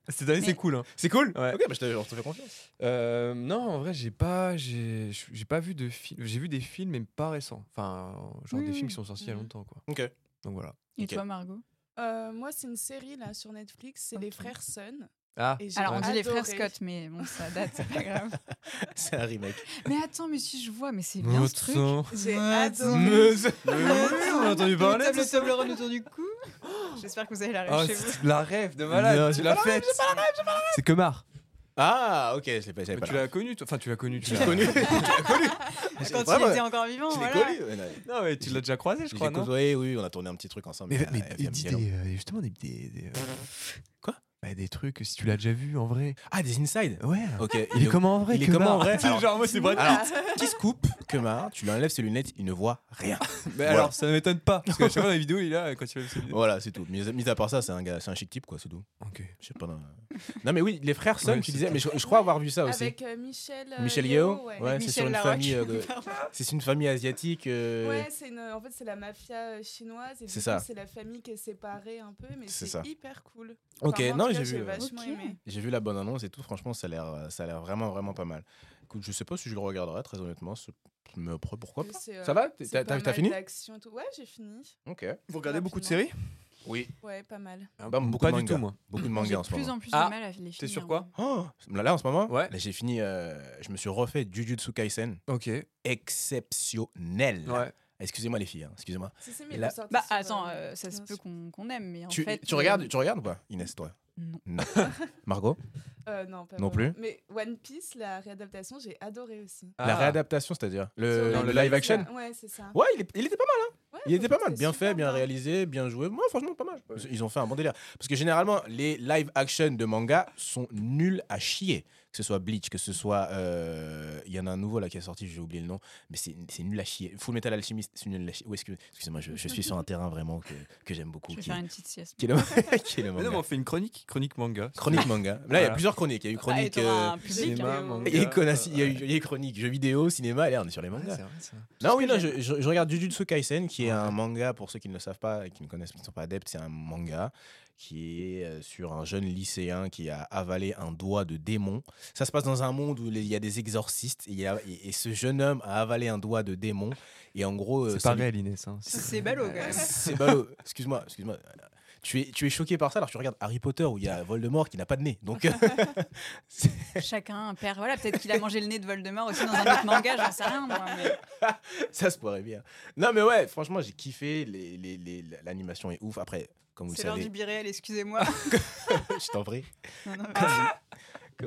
Speaker 3: Cette année,
Speaker 2: Mais-
Speaker 3: c'est cool. hein.
Speaker 1: C'est cool
Speaker 3: Ouais.
Speaker 1: Ok, bah, je te, on te fait confiance.
Speaker 3: Euh, non, en vrai, j'ai pas, j'ai, j'ai pas vu de films. J'ai vu des films, mais pas récents. Enfin, genre
Speaker 2: Oui,
Speaker 3: des films
Speaker 2: oui.
Speaker 3: qui sont sortis il y a
Speaker 4: Mhm.
Speaker 3: longtemps, quoi.
Speaker 1: Ok.
Speaker 3: Donc voilà.
Speaker 2: Et
Speaker 1: Ok.
Speaker 2: toi, Margot
Speaker 4: Euh, moi, c'est une série là sur Netflix, c'est Les
Speaker 2: Ok.
Speaker 4: Frères Sun.
Speaker 3: Ah,
Speaker 4: Et j'ai
Speaker 2: Alors, on dit les frères
Speaker 4: adoré.
Speaker 2: Scott, mais bon, ça date, c'est pas grave.
Speaker 1: C'est un remake.
Speaker 2: Mais attends, mais si je vois, mais c'est bien ce truc.
Speaker 4: J'ai
Speaker 2: Attends.
Speaker 4: adoré.
Speaker 3: on a entendu parler.
Speaker 2: Le Toblerone autour du cou. J'espère que vous allez la
Speaker 3: Ah,
Speaker 2: chez vous.
Speaker 3: c'est la rêve de malade.
Speaker 1: Non,
Speaker 3: tu
Speaker 1: j'ai
Speaker 3: l'as faite. C'est que marre.
Speaker 1: Ah, ok, je l'ai pas, j'avais pas
Speaker 3: tu
Speaker 1: là.
Speaker 3: l'as connu, toi. Enfin, tu l'as connu. Tu
Speaker 1: Je
Speaker 3: l'as
Speaker 1: l'ai connu.
Speaker 2: Quand
Speaker 1: Ouais,
Speaker 2: il
Speaker 1: ouais.
Speaker 2: était encore vivant,
Speaker 1: Je l'ai
Speaker 2: voilà.
Speaker 1: connu. ouais, non.
Speaker 3: Non, mais tu l'as déjà croisé, je
Speaker 1: Je
Speaker 3: crois,
Speaker 1: l'ai
Speaker 3: non
Speaker 1: côtoyé, oui, on a tourné un petit truc ensemble.
Speaker 3: Mais,
Speaker 1: euh, il
Speaker 3: mais
Speaker 1: y a
Speaker 3: il
Speaker 1: bien
Speaker 3: dit
Speaker 1: longtemps.
Speaker 3: des, euh, justement des, des, des, euh,
Speaker 1: Quoi
Speaker 3: bah, Des trucs. Si tu l'as déjà vu en vrai.
Speaker 1: Ah, des Inside
Speaker 3: Ouais.
Speaker 1: Ok,
Speaker 3: Oh, Il est comment en vrai
Speaker 1: il est
Speaker 3: que
Speaker 1: comment en
Speaker 3: marre.
Speaker 1: vrai
Speaker 3: Tu sais,
Speaker 1: Alors-
Speaker 3: Genre moi c'est Ah. Brad Pitt.
Speaker 1: Alors, petit scoop, Kemar, tu lui enlèves ses lunettes, il ne voit rien.
Speaker 3: Mais
Speaker 1: Voilà.
Speaker 3: alors ça ne m'étonne pas parce que chaque fois dans la vidéo il est là quand il va
Speaker 1: Voilà, c'est tout. Mis, mis à part ça, c'est un, gars, c'est un chic type, quoi, c'est tout.
Speaker 3: Ok.
Speaker 1: Je sais pas. Non, non, mais oui, les frères Sun,
Speaker 3: Ouais,
Speaker 1: tu
Speaker 3: c'est
Speaker 1: disais,
Speaker 3: ça.
Speaker 1: mais je, je crois avoir vu ça aussi.
Speaker 4: Avec euh, Michel. euh,
Speaker 1: Michel Yeo,
Speaker 4: ouais.
Speaker 1: ouais, c'est sur une
Speaker 2: Larocque.
Speaker 1: famille, euh, de- C'est une famille asiatique. euh,
Speaker 4: Ouais, c'est une- en fait c'est la mafia euh, chinoise et du
Speaker 1: C'est
Speaker 4: coup,
Speaker 1: ça.
Speaker 4: c'est la famille qui est séparée un peu, mais
Speaker 1: C'est
Speaker 4: c'est
Speaker 1: ça.
Speaker 4: hyper cool.
Speaker 1: Ok,
Speaker 4: Enfin, moi, en
Speaker 1: non,
Speaker 4: tout
Speaker 1: j'ai
Speaker 4: cas,
Speaker 1: vu. euh,
Speaker 4: vachement
Speaker 2: Ok.
Speaker 4: aimé.
Speaker 1: J'ai vu la bonne annonce et tout, franchement, ça a l'air, euh, ça a l'air vraiment, vraiment pas mal. Écoute, je sais pas si je le regarderai, très honnêtement, ce- mais après, pourquoi pas
Speaker 4: C'est, euh,
Speaker 1: Ça va T'es-
Speaker 4: c'est
Speaker 1: T'as
Speaker 4: pas
Speaker 1: t'as- t'as
Speaker 4: mal
Speaker 1: fini
Speaker 4: d'action et tout. Ouais, j'ai fini.
Speaker 1: Ok.
Speaker 3: Vous
Speaker 4: regardez beaucoup de séries
Speaker 1: Oui.
Speaker 4: Ouais, pas mal.
Speaker 1: Bah, beaucoup
Speaker 3: pas
Speaker 1: de
Speaker 3: du
Speaker 1: manga.
Speaker 3: tout moi.
Speaker 1: Beaucoup de
Speaker 2: J'ai
Speaker 1: mangas en ce moment.
Speaker 2: plus en plus
Speaker 3: Ah,
Speaker 2: de mal à les finir.
Speaker 3: sur
Speaker 2: en
Speaker 3: quoi
Speaker 2: vrai.
Speaker 1: Oh, là en ce moment
Speaker 3: Ouais.
Speaker 1: là, j'ai fini euh, je me suis refait Jujutsu Kaisen
Speaker 3: Ok. Ouais.
Speaker 1: exceptionnel excusez-moi les filles hein, excusez-moi
Speaker 4: Si, si, mais
Speaker 1: Et
Speaker 4: ils
Speaker 1: là-
Speaker 4: l'ont sorti
Speaker 2: Bah
Speaker 4: sur,
Speaker 2: attends,
Speaker 4: euh,
Speaker 2: euh, ça se
Speaker 4: bien
Speaker 2: peut
Speaker 4: sûr.
Speaker 2: qu'on qu'on aime, mais en
Speaker 1: tu,
Speaker 2: fait.
Speaker 1: tu
Speaker 2: euh,
Speaker 1: regardes tu regardes ou pas Inès toi
Speaker 2: Non.
Speaker 1: Margot
Speaker 4: Euh, non, pas
Speaker 1: Non
Speaker 4: vraiment. Mais One Piece, la réadaptation, j'ai adoré aussi.
Speaker 1: La
Speaker 3: Ah.
Speaker 1: réadaptation, c'est-à-dire Euh, le,
Speaker 4: Sur
Speaker 1: le
Speaker 4: Netflix,
Speaker 1: live action
Speaker 4: là. Ouais, c'est ça.
Speaker 1: Ouais, il, est- il était pas mal.
Speaker 4: Ouais,
Speaker 1: Il était pas
Speaker 4: franchement,
Speaker 1: mal.
Speaker 4: c'était
Speaker 1: Bien
Speaker 4: super
Speaker 1: fait, bien réalisé, bien joué. Moi, franchement, pas mal. Ils ont fait un bon délire. Parce que généralement, les live action de manga sont nuls à chier. Que ce soit Bleach, que ce soit. euh, Il y en a un nouveau là qui est sorti, j'ai oublié le nom. Mais c'est c'est nul à chier. Full Metal Alchemist, c'est nul à chier. Ouais, excuse- Excusez-moi, je, je suis sur un terrain vraiment que, que j'aime beaucoup.
Speaker 2: Je vais
Speaker 1: Qui,
Speaker 2: faire une petite sieste.
Speaker 1: qui est le, qui est le
Speaker 3: Mais non,
Speaker 1: manga.
Speaker 3: mais on fait une chronique, chronique manga.
Speaker 1: Chronique manga. Là, il y a
Speaker 3: Voilà.
Speaker 1: plusieurs chroniques. Il y a eu chronique. euh,
Speaker 2: Ah, et t'auras un public,
Speaker 3: cinéma,
Speaker 2: hein.
Speaker 3: manga. euh,
Speaker 1: il y a eu connassi- il y a eu- il y a eu chronique jeux vidéo, cinéma, et là on est sur les
Speaker 3: Ouais,
Speaker 1: mangas.
Speaker 3: c'est vrai, ça.
Speaker 1: Non, oui,
Speaker 4: que
Speaker 1: non, je, je- je regarde Jujutsu Kaisen, qui est
Speaker 3: Ouais.
Speaker 1: un manga, pour ceux qui ne le savent pas et qui ne connaissent, qui ne sont pas adeptes, c'est un manga qui est euh, sur un jeune lycéen qui a avalé un doigt de démon. Ça se passe dans un monde où les- il y a des exorcistes, et, il y a- et- et ce jeune homme a avalé un doigt de démon, et en gros... euh,
Speaker 3: C'est
Speaker 1: ça
Speaker 3: pas
Speaker 1: lui-
Speaker 3: réel, Inès. hein. C'est-
Speaker 2: C'est ballot quand même.
Speaker 1: C'est ballot. Excuse-moi, excuse-moi. Tu es, tu es choqué par ça, alors tu regardes Harry Potter où il y a Voldemort qui n'a pas de nez. Donc, euh,
Speaker 2: Chacun un père. Voilà, peut-être qu'il a mangé le nez de Voldemort aussi dans un autre manga, j'en sais rien. Moi, mais...
Speaker 1: Ça se pourrait bien. Non, mais ouais, franchement, j'ai kiffé. les- les- les- L'animation est ouf. Après, comme vous le
Speaker 2: C'est l'heure
Speaker 1: savez,
Speaker 2: du biréel, excusez-moi.
Speaker 1: je t'en prie.
Speaker 2: Non, non, mais-
Speaker 1: Comme,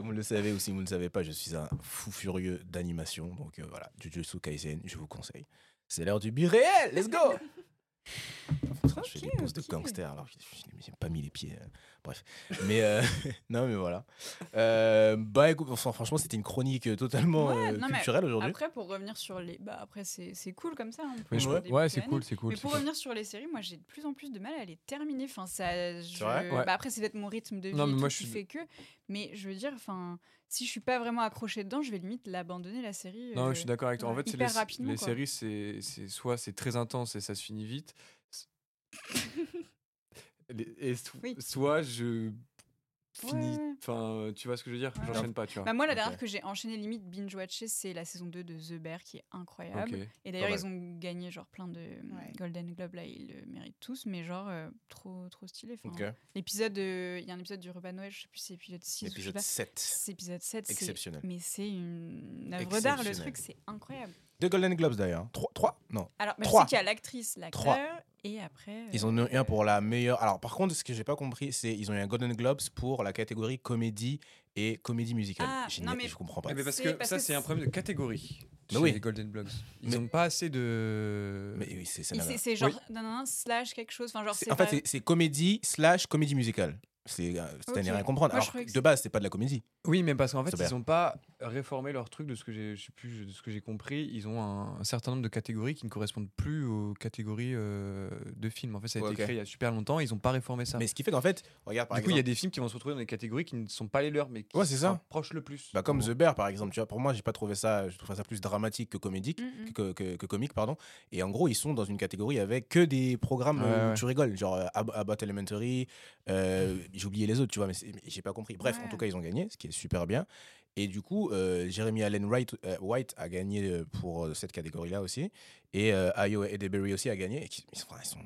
Speaker 1: comme vous le savez ou si vous ne le savez pas, je suis un fou furieux d'animation. Donc euh, voilà, Jujutsu Kaisen, je vous conseille. C'est l'heure du biréel, let's go Putain, Je fais des
Speaker 2: Ok,
Speaker 1: poses de
Speaker 2: ok.
Speaker 1: gangster alors que je je n'ai j'ai pas mis les pieds. euh, Bref. Mais euh, non, mais voilà. Euh, bah écoute, enfin, franchement, c'était une chronique euh, totalement
Speaker 2: Ouais,
Speaker 1: euh,
Speaker 2: non, mais
Speaker 1: culturelle aujourd'hui.
Speaker 2: Après, pour revenir sur les. Bah, après, c'est c'est cool comme ça. hein, on peut
Speaker 3: Mais je-
Speaker 2: avoir des
Speaker 3: Ouais,
Speaker 2: bouquins
Speaker 3: c'est cool, c'est cool.
Speaker 2: Mais
Speaker 3: c'est
Speaker 2: pour
Speaker 3: cool.
Speaker 2: revenir sur les séries, moi j'ai de plus en plus de mal à les terminer. Enfin, ça, je-
Speaker 1: vrai
Speaker 3: Ouais.
Speaker 2: bah, après, c'est peut-être mon rythme de vie
Speaker 3: Non, mais
Speaker 2: et
Speaker 3: moi,
Speaker 2: tout
Speaker 3: je
Speaker 2: qui
Speaker 3: suis-
Speaker 2: fait que. Mais je veux dire, enfin, si je suis pas vraiment accrochée dedans, je vais limite l'abandonner la série.
Speaker 3: Non,
Speaker 2: euh,
Speaker 3: je suis d'accord avec toi. En fait, c'est
Speaker 2: hyper
Speaker 3: les,
Speaker 2: rapidement,
Speaker 3: les
Speaker 2: quoi.
Speaker 3: séries, c'est c'est- soit c'est très intense et ça se finit vite. s- les- et so-
Speaker 2: Oui.
Speaker 3: Soit je finis.
Speaker 2: ouais.
Speaker 3: Enfin, tu vois ce que je veux dire
Speaker 2: Ouais.
Speaker 3: J'enchaîne pas, tu vois.
Speaker 2: Bah, moi, la dernière
Speaker 1: Ok.
Speaker 2: que j'ai enchaînée limite binge watchée c'est la saison 2 de The Bear qui est incroyable.
Speaker 3: Ok.
Speaker 2: Et d'ailleurs,
Speaker 1: Pas
Speaker 2: ils ont gagné genre plein de euh,
Speaker 4: Ouais.
Speaker 2: Golden Globe là, ils le méritent tous, mais genre euh, trop trop stylé. Enfin,
Speaker 1: Ok.
Speaker 2: L'épisode, de- il y a un épisode du Repas de Noël, je sais plus si c'est épisode 6 ou je sais
Speaker 1: Épisode
Speaker 2: pas.
Speaker 1: 7.
Speaker 2: C'est épisode 7, c'est
Speaker 1: Exceptionnel.
Speaker 2: Mais c'est une œuvre d'art, le
Speaker 1: Exceptionnel.
Speaker 2: truc, c'est incroyable.
Speaker 1: Deux Golden Globes d'ailleurs. 3 3 Non.
Speaker 2: Alors, bah, je
Speaker 1: Trois.
Speaker 2: sais qu'il y a l'actrice,
Speaker 1: Trois.
Speaker 2: l'acteur, et après. euh,
Speaker 1: Ils en ont eu un pour la meilleure. Alors, par contre, ce que j'ai pas compris, c'est ils ont eu un Golden Globes pour la catégorie comédie et comédie musicale.
Speaker 2: Ah,
Speaker 1: je,
Speaker 2: non,
Speaker 1: n'ai-
Speaker 2: mais-
Speaker 1: je comprends pas.
Speaker 3: Eh
Speaker 1: Mais,
Speaker 3: ben, parce
Speaker 2: C'est
Speaker 3: que
Speaker 2: parce
Speaker 3: ça,
Speaker 2: que
Speaker 3: c'est un
Speaker 2: c'est-
Speaker 3: problème de catégorie.
Speaker 1: Bah
Speaker 3: chez
Speaker 1: oui.
Speaker 3: les Golden Globes. Ils
Speaker 1: Mais-
Speaker 3: n'ont pas assez de.
Speaker 1: oui, c'est ça.
Speaker 2: il-
Speaker 1: n'a-
Speaker 2: C'est c'est genre non, non, non, slash quelque chose. Enfin, genre,
Speaker 1: c'est-
Speaker 2: c'est.
Speaker 1: En fait,
Speaker 2: pas-
Speaker 1: c'est- c'est comédie slash comédie musicale. C'est euh, c'est à n'y
Speaker 2: Ok.
Speaker 1: rien comprendre.
Speaker 2: Moi, je
Speaker 1: Alors,
Speaker 2: croyais que
Speaker 1: de base, c'est pas de la comédie.
Speaker 3: Oui, mais parce qu'en fait,
Speaker 1: C'est bien.
Speaker 3: ils n'ont pas réformé leur truc de ce que j'ai, je sais plus, de ce que j'ai compris. Ils ont un, un certain nombre de catégories qui ne correspondent plus aux catégories euh, de films. En fait, ça a
Speaker 1: Ouais,
Speaker 3: été
Speaker 1: ok.
Speaker 3: créé il y a super longtemps. Ils n'ont pas réformé ça.
Speaker 1: Mais ce qui fait qu'en fait, regarde par
Speaker 3: du coup, il y a
Speaker 1: exemple.
Speaker 3: des films qui vont se retrouver dans des catégories qui ne sont pas les leurs, mais qui
Speaker 1: Ouais, c'est ça.
Speaker 3: s'approchent le plus.
Speaker 1: Bah, comme
Speaker 3: Bon.
Speaker 1: The Bear, par exemple. Tu vois, pour moi, j'ai pas trouvé ça. Je trouve ça plus dramatique que comédique.
Speaker 2: Mm, mm.
Speaker 1: que, que- que comique, pardon. Et en gros, ils sont dans une catégorie avec que des programmes
Speaker 3: Ouais,
Speaker 1: euh, où
Speaker 3: ouais.
Speaker 1: tu rigoles, genre euh, Ab- Abbott Elementary, euh, j'ai oublié les autres, tu vois, mais, c'est- mais j'ai pas compris. Bref, en
Speaker 2: Ouais.
Speaker 1: tout cas, ils ont gagné, ce qui est super bien. Et du coup, euh, Jeremy Allen Wright, euh, White a gagné euh, pour euh, cette catégorie-là aussi. Et euh, Ayo Edeberry aussi a gagné. Et qui- ils sont- enfin, ils sont-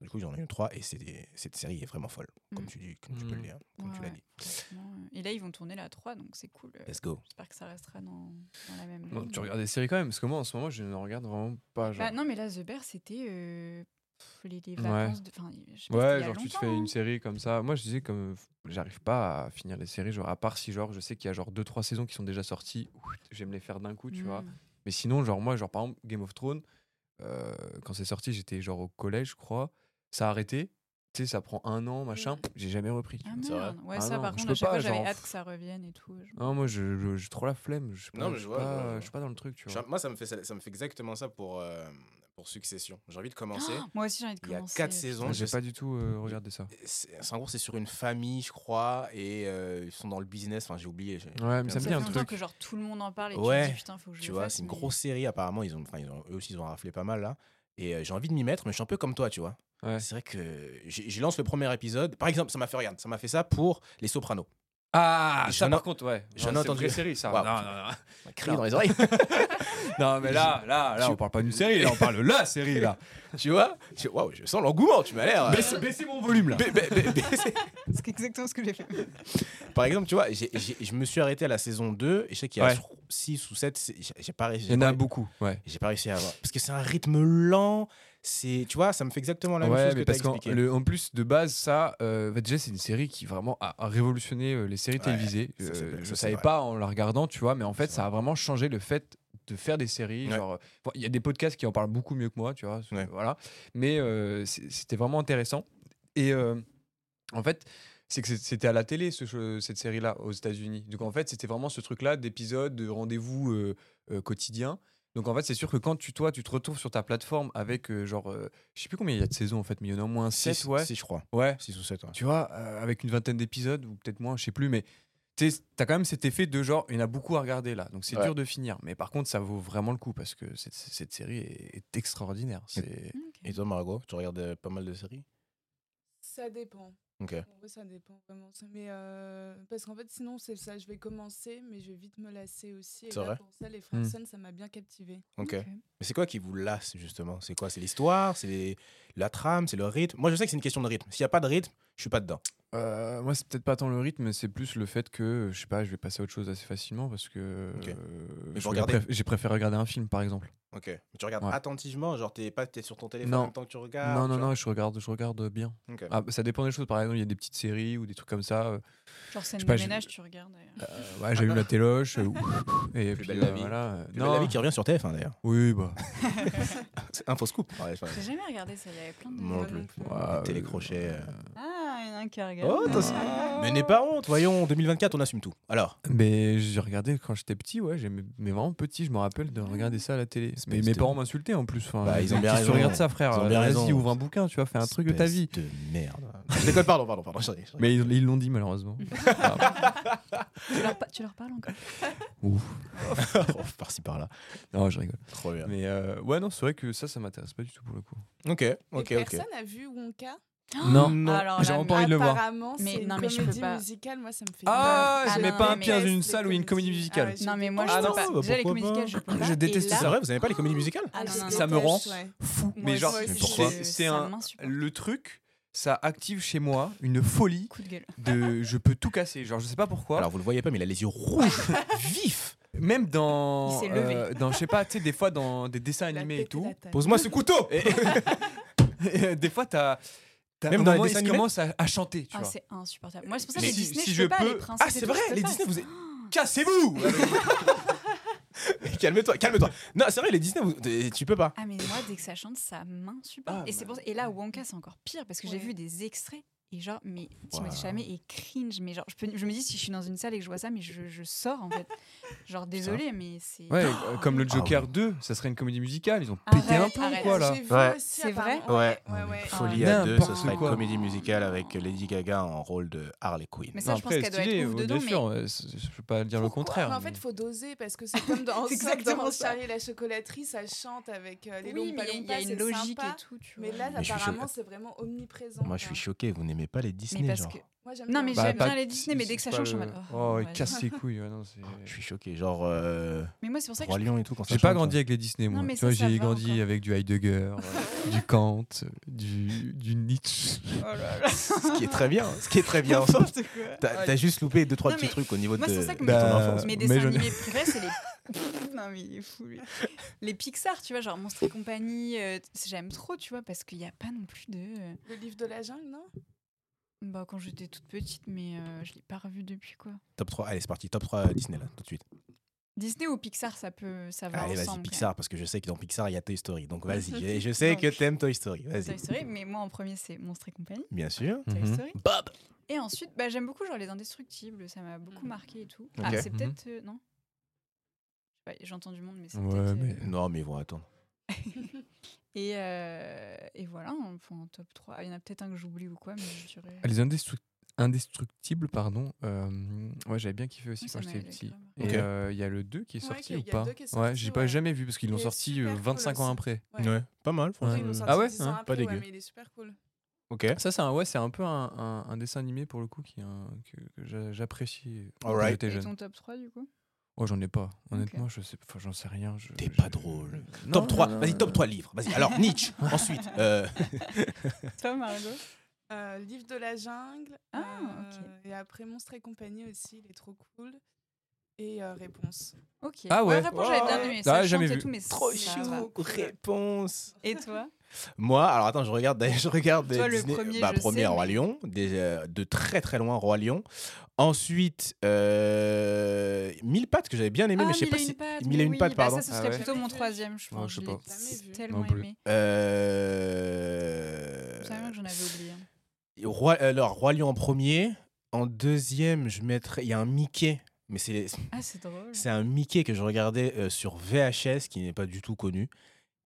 Speaker 1: du coup, ils en ont eu trois. Et c'est des- cette série est vraiment folle, comme,
Speaker 2: Mm.
Speaker 1: tu, dis, comme tu peux le
Speaker 3: Mm.
Speaker 1: dire, comme tu
Speaker 2: Ouais,
Speaker 1: l'as
Speaker 2: ouais.
Speaker 1: dit.
Speaker 2: Franchement, euh, Et là, ils vont tourner la 3, donc c'est cool. euh,
Speaker 1: Let's go.
Speaker 2: J'espère que ça restera dans, dans la même.
Speaker 3: Bon,
Speaker 2: ligne.
Speaker 3: tu regardes des séries quand même, parce que moi, en ce moment, je ne regarde vraiment pas. Genre.
Speaker 2: Bah, non, mais là, The Bear, c'était. euh, pff, Les, les
Speaker 3: Ouais.
Speaker 2: vacances de. Enfin, je sais pas, c'était il
Speaker 3: Ouais,
Speaker 2: y a
Speaker 3: genre tu te
Speaker 2: longtemps,
Speaker 3: fais
Speaker 2: hein.
Speaker 3: une série comme ça. Moi, je disais comme euh, j'arrive pas à finir les séries, genre à part si genre je sais qu'il y a genre deux trois saisons qui sont déjà sorties, ouf, j'aime les faire d'un coup, tu vois.
Speaker 2: Mm.
Speaker 3: Mais sinon, genre moi, genre par exemple Game of Thrones, euh, quand c'est sorti, j'étais genre au collège, je crois. Ça a arrêté. Tu sais, ça prend un an, machin.
Speaker 2: Mm.
Speaker 3: J'ai jamais repris. tu
Speaker 2: Ah
Speaker 3: vois.
Speaker 1: C'est vrai.
Speaker 2: merde. Ouais,
Speaker 3: Ah
Speaker 2: ça,
Speaker 3: non,
Speaker 2: par
Speaker 3: je
Speaker 2: contre,
Speaker 3: peux
Speaker 2: à chaque
Speaker 3: pas,
Speaker 2: fois, j'avais
Speaker 3: genre,
Speaker 2: hâte
Speaker 3: pff.
Speaker 2: que ça revienne et tout. je-
Speaker 3: Non, moi, je, je, j'ai trop la flemme. Je suis pas,
Speaker 1: Non, mais
Speaker 3: je suis
Speaker 1: je vois, je
Speaker 3: pas,
Speaker 1: vois, je vois.
Speaker 3: je suis pas dans le truc, tu
Speaker 1: Genre,
Speaker 3: vois.
Speaker 1: moi, ça me fait ça, ça me fait exactement ça pour, euh, pour Succession. J'ai envie de commencer.
Speaker 2: Oh, Moi aussi, j'ai envie de
Speaker 1: il y a
Speaker 2: commencer.
Speaker 1: quatre saisons.
Speaker 3: J'ai
Speaker 1: je
Speaker 3: pas du tout euh, regardé ça.
Speaker 1: c'est c'est- en gros c'est sur une famille je crois et euh, ils sont dans le business enfin j'ai oublié j'ai-
Speaker 3: Ouais, mais
Speaker 2: Ça
Speaker 1: Ça
Speaker 3: ça
Speaker 2: fait
Speaker 3: me dit un
Speaker 2: longtemps
Speaker 3: truc.
Speaker 2: que genre tout le monde en parle et
Speaker 1: Ouais.
Speaker 2: tu te dis putain faut que je
Speaker 1: tu
Speaker 2: le
Speaker 1: vois
Speaker 2: fasse,
Speaker 1: c'est une
Speaker 2: mais-
Speaker 1: grosse série apparemment ils ont enfin ils ont eux aussi ils ont raflé pas mal là et euh, j'ai envie de m'y mettre mais je suis un peu comme toi tu vois
Speaker 3: Ouais.
Speaker 1: c'est vrai que j'ai- je lance le premier épisode par exemple ça m'a fait regarde ça m'a fait ça pour les Sopranos
Speaker 3: Ah,
Speaker 1: Et
Speaker 3: ça
Speaker 1: j'en
Speaker 3: par
Speaker 1: ai-
Speaker 3: contre, ouais.
Speaker 1: j'en ai
Speaker 3: Non, c'est
Speaker 1: entendu-
Speaker 3: une vraie série, ça.
Speaker 1: Waouh.
Speaker 3: Non, non, non.
Speaker 1: on m'a
Speaker 3: Ah.
Speaker 1: crié dans les oreilles
Speaker 3: Non, mais là, là, là,
Speaker 1: Tu-
Speaker 3: on parle pas d'une série, là, on parle de la série, là.
Speaker 1: tu vois Tu- waouh je sens l'engouement tu m'as l'air euh,
Speaker 3: Baissez, baissez mon volume, là.
Speaker 1: ba- ba- ba- baissé.
Speaker 2: C'est exactement ce que j'ai fait.
Speaker 1: par exemple tu vois j'ai- j'ai- je me suis arrêté à la saison 2 et je sais qu'il y a
Speaker 3: Ouais.
Speaker 1: 6 ou 7 j'ai j'ai pas réussi
Speaker 3: Il y en a beaucoup, ouais.
Speaker 1: J'ai pas réussi à avoir. Parce que c'est un rythme lent, C'est, tu vois, ça me fait exactement la même
Speaker 3: Ouais,
Speaker 1: chose que
Speaker 3: mais
Speaker 1: t'as
Speaker 3: parce qu'en
Speaker 1: expliqué.
Speaker 3: le- en plus de base, ça, euh, bah, déjà, c'est une série qui vraiment a, a révolutionné euh, les séries
Speaker 1: Ouais,
Speaker 3: télévisées.
Speaker 1: ça, c'est
Speaker 3: Euh,
Speaker 1: vrai,
Speaker 3: je
Speaker 1: ça, c'est
Speaker 3: savais
Speaker 1: vrai.
Speaker 3: pas en la regardant, tu vois, mais en fait,
Speaker 1: C'est
Speaker 3: ça a vraiment changé le fait de faire des séries.
Speaker 1: Ouais.
Speaker 3: genre, euh, bon, Il y a des podcasts qui en parlent beaucoup mieux que moi, tu vois, ce-
Speaker 1: Ouais.
Speaker 3: voilà. Mais euh, c'est- c'était vraiment intéressant. Et euh, en fait, c'est que c'est- c'était à la télé, ce che- cette série-là, aux États-Unis. Donc en fait, c'était vraiment ce truc-là d'épisodes, de rendez-vous euh, euh, quotidiens. Donc en fait, c'est sûr que quand tu, toi, tu te retrouves sur ta plateforme avec euh, genre, euh, je sais plus combien il y a de saisons en fait, mais il y en a au moins 6,
Speaker 1: Six-
Speaker 3: ouais.
Speaker 1: six, je crois.
Speaker 3: Ouais,
Speaker 1: 6 ou 7, ouais.
Speaker 3: tu vois, euh, avec une vingtaine d'épisodes, ou peut-être moins, je sais plus, mais tu sais, t'as quand même cet effet de genre, il y en a beaucoup à regarder là, donc c'est
Speaker 1: Ouais.
Speaker 3: dur de finir. Mais par contre, ça vaut vraiment le coup parce que cette, cette série est, est extraordinaire. C'est...
Speaker 2: Ok.
Speaker 1: Et toi, Margot, tu regardes euh, pas mal de séries
Speaker 4: Ça dépend.
Speaker 1: Ok.
Speaker 4: En vrai, ça dépend vraiment. Ça- Mais euh, parce qu'en fait, sinon, c'est ça. Je vais commencer, mais je vais vite me lasser aussi. Et
Speaker 1: C'est
Speaker 4: là,
Speaker 1: vrai
Speaker 4: pour ça, les frères
Speaker 3: Hmm.
Speaker 4: Sun, ça m'a bien captivé.
Speaker 1: Ok.
Speaker 2: Ok.
Speaker 1: Mais c'est quoi qui vous lasse, justement C'est quoi C'est l'histoire C'est les- la trame C'est le rythme Moi, je sais que c'est une question de rythme. S'il n'y a pas de rythme, je suis pas dedans.
Speaker 3: Euh, moi, c'est peut-être pas tant le rythme, mais c'est plus le fait que, je sais pas, je vais passer à autre chose assez facilement parce que
Speaker 1: Ok.
Speaker 3: euh,
Speaker 1: Mais
Speaker 3: je
Speaker 1: vous
Speaker 3: vais
Speaker 1: regardez
Speaker 3: préf- j'ai préféré regarder un film par exemple.
Speaker 1: Ok. Mais tu regardes
Speaker 3: Ouais.
Speaker 1: attentivement, genre, t'es pas t'es sur ton téléphone
Speaker 3: Non.
Speaker 1: en même temps que tu regardes
Speaker 3: non, non,
Speaker 1: tu vois
Speaker 3: non, je regarde, je regarde bien.
Speaker 1: Ah, Ok.
Speaker 3: Ah, ça dépend des choses. Par exemple, il y a des petites séries ou des trucs comme ça. euh,
Speaker 2: Genre scène
Speaker 3: sais pas,
Speaker 2: de
Speaker 3: j'ai-
Speaker 2: ménage, tu regardes. euh,
Speaker 3: euh, ouais, j'allume la téloche. euh, ouf, et
Speaker 1: Plus
Speaker 3: puis
Speaker 1: belle la
Speaker 3: euh,
Speaker 1: vie.
Speaker 3: voilà. euh,
Speaker 1: Plus belle la vie qui revient sur TF1 d'ailleurs.
Speaker 3: Oui, bah.
Speaker 1: C'est Info scoop. Ouais, enfin,
Speaker 2: J'ai jamais regardé ça, il y avait plein de.
Speaker 1: Moi non
Speaker 4: Moi
Speaker 1: plus.
Speaker 4: non plus.
Speaker 3: ouais,
Speaker 1: Télécrochet.
Speaker 3: euh,
Speaker 1: euh.
Speaker 2: Ah, il y en a un qui a regardé.
Speaker 1: Oh, attention. Mais n'aie pas honte, voyons, 2024, on assume tout. Alors,
Speaker 3: Mais j'ai regardé quand j'étais petit, ouais, j'aimais- mais vraiment petit, je me rappelle de regarder ça à la télé.
Speaker 1: Espèce
Speaker 3: Mais mes
Speaker 1: de-
Speaker 3: parents m'insultaient en plus. enfin,
Speaker 1: Bah, ils ont bien
Speaker 3: Qu'est-ce que Tu
Speaker 1: raison.
Speaker 3: regardes ça, frère.
Speaker 1: Ils ont bien
Speaker 3: Vas-y,
Speaker 1: raison.
Speaker 3: ouvre un bouquin, tu vas faire un truc de ta vie.
Speaker 1: espèce de merde. Je déconne, pardon, pardon, pardon. j'en ai- j'en ai-
Speaker 3: Mais ils ils l'ont dit malheureusement.
Speaker 2: Tu leur, pa- tu leur parles encore
Speaker 3: Ouf.
Speaker 1: Oh, Par-ci par-là.
Speaker 3: Non, je rigole.
Speaker 1: Trop bien.
Speaker 3: Mais euh, ouais, non, c'est vrai que ça, ça m'intéresse pas du tout pour le coup.
Speaker 1: Ok, ok,
Speaker 4: et
Speaker 1: ok.
Speaker 4: personne n'a vu Wonka.
Speaker 3: Non.
Speaker 1: Ah,
Speaker 2: Alors
Speaker 3: J'ai
Speaker 2: là,
Speaker 3: vraiment pas envie de le voir.
Speaker 4: Apparemment,
Speaker 2: Mais
Speaker 4: c'est une
Speaker 2: non, mais je peux
Speaker 4: comédie
Speaker 2: pas.
Speaker 4: musicale. Moi, ça me fait.
Speaker 3: Ah,
Speaker 2: Ah,
Speaker 3: je mets
Speaker 2: non,
Speaker 3: pas un
Speaker 2: mais-
Speaker 3: pied dans une salle ou une comédie musicale.
Speaker 2: Non, mais moi, je
Speaker 1: Ah
Speaker 2: peux
Speaker 1: non,
Speaker 2: pas.
Speaker 1: bah
Speaker 2: Déjà, les
Speaker 1: pourquoi
Speaker 2: comédies
Speaker 1: pas
Speaker 2: musicales, je peux pas.
Speaker 3: Je déteste
Speaker 2: Et
Speaker 3: ça.
Speaker 1: C'est
Speaker 2: là-
Speaker 1: vrai, vous n'avez pas les comédies musicales
Speaker 2: Ah, non, non, non.
Speaker 3: Ça me rend Fou.
Speaker 2: Moi
Speaker 3: mais
Speaker 2: aussi,
Speaker 3: genre,
Speaker 4: Mais
Speaker 2: je-
Speaker 4: pourquoi
Speaker 3: c'est- c'est
Speaker 2: ça
Speaker 3: un-
Speaker 2: m'insupporte.
Speaker 3: le truc, ça active chez moi une folie
Speaker 2: Coup de gueule.
Speaker 3: de je peux tout casser. Genre, je sais pas pourquoi.
Speaker 1: Alors, vous le voyez pas, mais il a les yeux rouges, vifs.
Speaker 3: Même dans,
Speaker 2: Il s'est levé.
Speaker 3: euh, dans je sais pas, tu sais, des fois dans des dessins animés et tout.
Speaker 1: Pose-moi ce couteau
Speaker 3: Et- et des fois, t'as. t'as
Speaker 1: Même
Speaker 3: un
Speaker 1: dans les
Speaker 3: moment,
Speaker 1: dessins
Speaker 3: ils
Speaker 1: animés
Speaker 3: commencent à, à chanter, tu
Speaker 2: Ah,
Speaker 3: vois.
Speaker 2: c'est insupportable. Moi, c'est pour ça
Speaker 3: Mais
Speaker 2: que les
Speaker 3: si-
Speaker 2: Disney,
Speaker 3: si
Speaker 2: je
Speaker 3: je
Speaker 2: peux pas,
Speaker 3: peux-
Speaker 2: les princesses.
Speaker 1: Ah, c'est
Speaker 2: et tout,
Speaker 1: vrai,
Speaker 2: je peux
Speaker 1: les
Speaker 2: pas. Ah.
Speaker 1: Disney, vous êtes- Cassez-vous eh, Calme-toi, calme-toi. Non, c'est vrai, les Disney, vous- euh, tu peux pas.
Speaker 2: Ah, mais moi, dès que ça chante, ça m'insupporte.
Speaker 3: Ah,
Speaker 2: et, c'est pour... ça- et là, Wonka, c'est encore pire parce que j'ai
Speaker 4: Ouais.
Speaker 2: vu des extraits. Et genre, mais Timothée
Speaker 1: Waouh.
Speaker 2: Chalamet est cringe. Mais genre, je, peux- je me dis, si je suis dans une salle et que je vois ça, mais je, je sors en fait. Genre, désolé, mais c'est.
Speaker 3: Ouais, euh, comme le
Speaker 1: Ah
Speaker 3: Joker
Speaker 1: oui.
Speaker 3: 2, ça serait une comédie musicale. Ils ont
Speaker 2: Arrête,
Speaker 3: pété un plomb,
Speaker 2: arrête.
Speaker 3: quoi, là.
Speaker 1: Ouais.
Speaker 2: C'est vrai
Speaker 4: Ouais, ouais, ouais.
Speaker 1: Folie
Speaker 3: Ah,
Speaker 1: à deux, ce
Speaker 3: n'importe
Speaker 1: serait une
Speaker 3: quoi.
Speaker 1: comédie musicale avec Lady Gaga en rôle de Harley Quinn.
Speaker 2: Mais ça,
Speaker 3: Non,
Speaker 2: je pense
Speaker 3: après,
Speaker 2: qu'elle doit
Speaker 3: stylé,
Speaker 2: être ouf
Speaker 3: ouais,
Speaker 2: dedans.
Speaker 3: Bien
Speaker 2: mais-
Speaker 3: sûr, euh, c'est- je peux pas dire le contraire.
Speaker 4: Mais en fait,
Speaker 3: mais-
Speaker 4: faut doser parce que c'est comme dans,
Speaker 2: C'est
Speaker 4: Ensemble,
Speaker 2: exactement
Speaker 4: dans
Speaker 2: ça.
Speaker 4: Charlie et la chocolaterie, ça chante avec euh, les
Speaker 2: Oui,
Speaker 4: Loompa
Speaker 2: mais il y
Speaker 4: Loompa,
Speaker 2: a une
Speaker 4: c'est
Speaker 2: logique
Speaker 4: sympa.
Speaker 2: et tout, tu
Speaker 4: Mais
Speaker 2: vois.
Speaker 4: là,
Speaker 1: Mais je suis
Speaker 4: apparemment,
Speaker 1: choqué.
Speaker 4: c'est vraiment omniprésent.
Speaker 1: Moi, je suis
Speaker 4: quoi.
Speaker 1: choqué, vous n'aimez pas les Disney,
Speaker 2: Mais parce
Speaker 1: genre.
Speaker 2: que-
Speaker 4: Moi, j'aime
Speaker 2: Non,
Speaker 4: bien.
Speaker 2: mais
Speaker 3: Bah,
Speaker 2: j'aime
Speaker 3: pas-
Speaker 2: bien les Disney, mais
Speaker 3: c'est
Speaker 2: dès que ça
Speaker 3: pas
Speaker 2: change, je suis en
Speaker 3: le-
Speaker 2: mode.
Speaker 3: Oh, il
Speaker 2: ouais.
Speaker 3: casse les couilles. ouais, non, c'est-
Speaker 1: Je suis choqué, genre... Euh...
Speaker 2: Mais moi, c'est pour ça que
Speaker 1: Roi
Speaker 2: je
Speaker 1: Lion et tout, quand ça
Speaker 3: J'ai pas
Speaker 1: chante,
Speaker 3: grandi
Speaker 1: ça.
Speaker 3: avec les Disney, moi.
Speaker 2: Non, mais
Speaker 3: Tu
Speaker 2: ça,
Speaker 3: vois,
Speaker 2: ça
Speaker 3: j'ai
Speaker 2: va
Speaker 3: grandi
Speaker 2: encore.
Speaker 3: avec du Heidegger, euh, du Kant, euh, du, du Nietzsche.
Speaker 4: Oh
Speaker 1: hein. Ce qui est très bien, ce qui est très bien en soi. T'as t'as juste loupé deux, trois
Speaker 2: Non,
Speaker 1: petits
Speaker 2: mais
Speaker 1: trucs au niveau
Speaker 2: moi,
Speaker 1: de,
Speaker 2: c'est pour ça que
Speaker 1: de ton
Speaker 3: Bah,
Speaker 1: enfance.
Speaker 2: Mes
Speaker 3: Mais
Speaker 2: dessins
Speaker 3: je-
Speaker 2: animés préférés, c'est les. non, mais il est fou, lui. Les Pixar, tu vois, genre Monstres et compagnie, euh, j'aime trop, tu vois, parce qu'il n'y a pas non plus de. euh,
Speaker 4: Le livre de la jungle, non
Speaker 2: Bah, quand j'étais toute petite, mais euh, je l'ai pas revu depuis, quoi.
Speaker 1: Top 3, allez, c'est parti, top 3 Disney, là, tout de suite.
Speaker 2: Disney ou Pixar, ça peut. Ça va
Speaker 1: Allez, vas-y,
Speaker 2: ensemble,
Speaker 1: Pixar, parce que je sais que dans Pixar, il y a Toy Story. Donc vas-y, et je
Speaker 2: Non,
Speaker 1: sais que
Speaker 2: je-
Speaker 1: t'aimes Toy Story.
Speaker 2: quand même.
Speaker 1: Vas-y.
Speaker 2: Toy Story, mais moi, en premier, c'est Monstres et compagnie.
Speaker 1: Bien sûr.
Speaker 2: Toy
Speaker 3: Mhm.
Speaker 2: Story.
Speaker 1: Bob
Speaker 2: Et ensuite, bah, j'aime beaucoup genre les indestructibles, ça m'a beaucoup marqué et tout.
Speaker 1: Ok.
Speaker 2: Ah, c'est
Speaker 3: Mhm.
Speaker 2: peut-être euh, non. Je sais pas, J'entends du monde, mais c'est
Speaker 3: Ouais,
Speaker 2: peut-être.
Speaker 3: mais-
Speaker 2: euh,
Speaker 1: Non, mais ils vont attendre.
Speaker 2: Et, euh, et voilà, enfin, en top 3. Il y en a peut-être un que j'oublie ou quoi, mais je dirais.
Speaker 3: Ah, Les Indestruc- Indestructibles, pardon. euh, ouais, j'avais bien kiffé aussi
Speaker 2: Oui,
Speaker 3: quand
Speaker 2: ça
Speaker 3: j'étais
Speaker 2: m'avait
Speaker 3: petit.
Speaker 2: grave.
Speaker 3: Et euh,
Speaker 1: Ok.
Speaker 3: il y a le 2 qui est
Speaker 4: Ouais,
Speaker 3: sorti
Speaker 4: qu'il y
Speaker 3: ou
Speaker 4: a
Speaker 3: pas
Speaker 4: le 2 qui est
Speaker 3: Ouais,
Speaker 4: sorti,
Speaker 3: j'ai pas
Speaker 4: ouais.
Speaker 3: jamais vu parce qu'ils l'ont
Speaker 4: Il est
Speaker 3: sorti
Speaker 4: super
Speaker 3: euh,
Speaker 4: cool
Speaker 3: 25 ans
Speaker 4: aussi.
Speaker 3: après.
Speaker 1: Ouais. pas mal,
Speaker 4: Après,
Speaker 1: franchement.
Speaker 4: ils l'ont
Speaker 3: Euh,
Speaker 4: sorti
Speaker 3: ah ouais,
Speaker 4: 10 ans
Speaker 3: hein,
Speaker 4: après,
Speaker 1: pas
Speaker 4: ouais,
Speaker 1: dégueu.
Speaker 4: mais il est super cool.
Speaker 1: Ok.
Speaker 3: Ça, c'est un, ouais, c'est un peu un, un- un dessin animé pour le coup qui, est un- que, que j'a- j'apprécie quand
Speaker 1: Alright.
Speaker 3: j'étais
Speaker 2: Et
Speaker 3: jeune.
Speaker 2: ton top 3 du coup
Speaker 3: Oh, j'en ai pas. Honnêtement, je sais, enfin, j'en sais rien. je-
Speaker 1: T'es
Speaker 3: je-
Speaker 1: pas drôle.
Speaker 3: Non,
Speaker 1: Top 3,
Speaker 3: non,
Speaker 1: vas-y,
Speaker 3: non.
Speaker 1: top 3 livres. Vas-y, alors Nietzsche, ensuite. euh,
Speaker 2: Toi, Margot
Speaker 4: Euh, livre de la jungle.
Speaker 2: Ah, ok.
Speaker 4: euh, Et après, Monstres et compagnie aussi, il est trop cool. Et euh, Réponse.
Speaker 2: Ok.
Speaker 3: Ah ouais.
Speaker 2: réponse, j'avais bien
Speaker 1: Ouais.
Speaker 2: aimé.
Speaker 3: Ah,
Speaker 2: Ça
Speaker 3: jamais
Speaker 2: chante et
Speaker 3: vu.
Speaker 2: tout, mais
Speaker 1: Trop
Speaker 2: ça
Speaker 1: chaud,
Speaker 2: va.
Speaker 1: réponse.
Speaker 2: Et toi
Speaker 1: Moi, alors attends, je regarde, d'ailleurs, je regarde des
Speaker 2: Toi, le
Speaker 1: Disney-
Speaker 2: premier,
Speaker 1: bah,
Speaker 2: je
Speaker 1: premier
Speaker 2: sais,
Speaker 1: Roi
Speaker 2: mais-
Speaker 1: Lion, des, euh, de très très loin Roi Lion. Ensuite, euh, Mille pattes que j'avais bien aimé,
Speaker 2: Ah,
Speaker 1: mais je sais
Speaker 2: Mille
Speaker 1: pas
Speaker 2: et une
Speaker 1: si
Speaker 2: pattes,
Speaker 1: Mille et
Speaker 2: mais
Speaker 1: une
Speaker 2: oui,
Speaker 1: pattes,
Speaker 2: bah
Speaker 1: pardon.
Speaker 2: ça, ce
Speaker 3: Ah
Speaker 2: serait
Speaker 3: ouais.
Speaker 2: plutôt mon troisième, je
Speaker 3: Ouais,
Speaker 2: pense.
Speaker 3: je sais
Speaker 2: l'ai
Speaker 3: pas.
Speaker 4: Jamais vu.
Speaker 2: tellement
Speaker 3: Non plus.
Speaker 2: aimé.
Speaker 1: Euh,
Speaker 2: Sérieusement que j'en avais oublié. hein.
Speaker 1: Roi, euh, alors Roi Lion en premier, en deuxième, je mettrais, il y a un Mickey, mais c'est
Speaker 2: Ah, c'est drôle.
Speaker 1: C'est un Mickey que je regardais euh, sur VHS qui n'est pas du tout connu.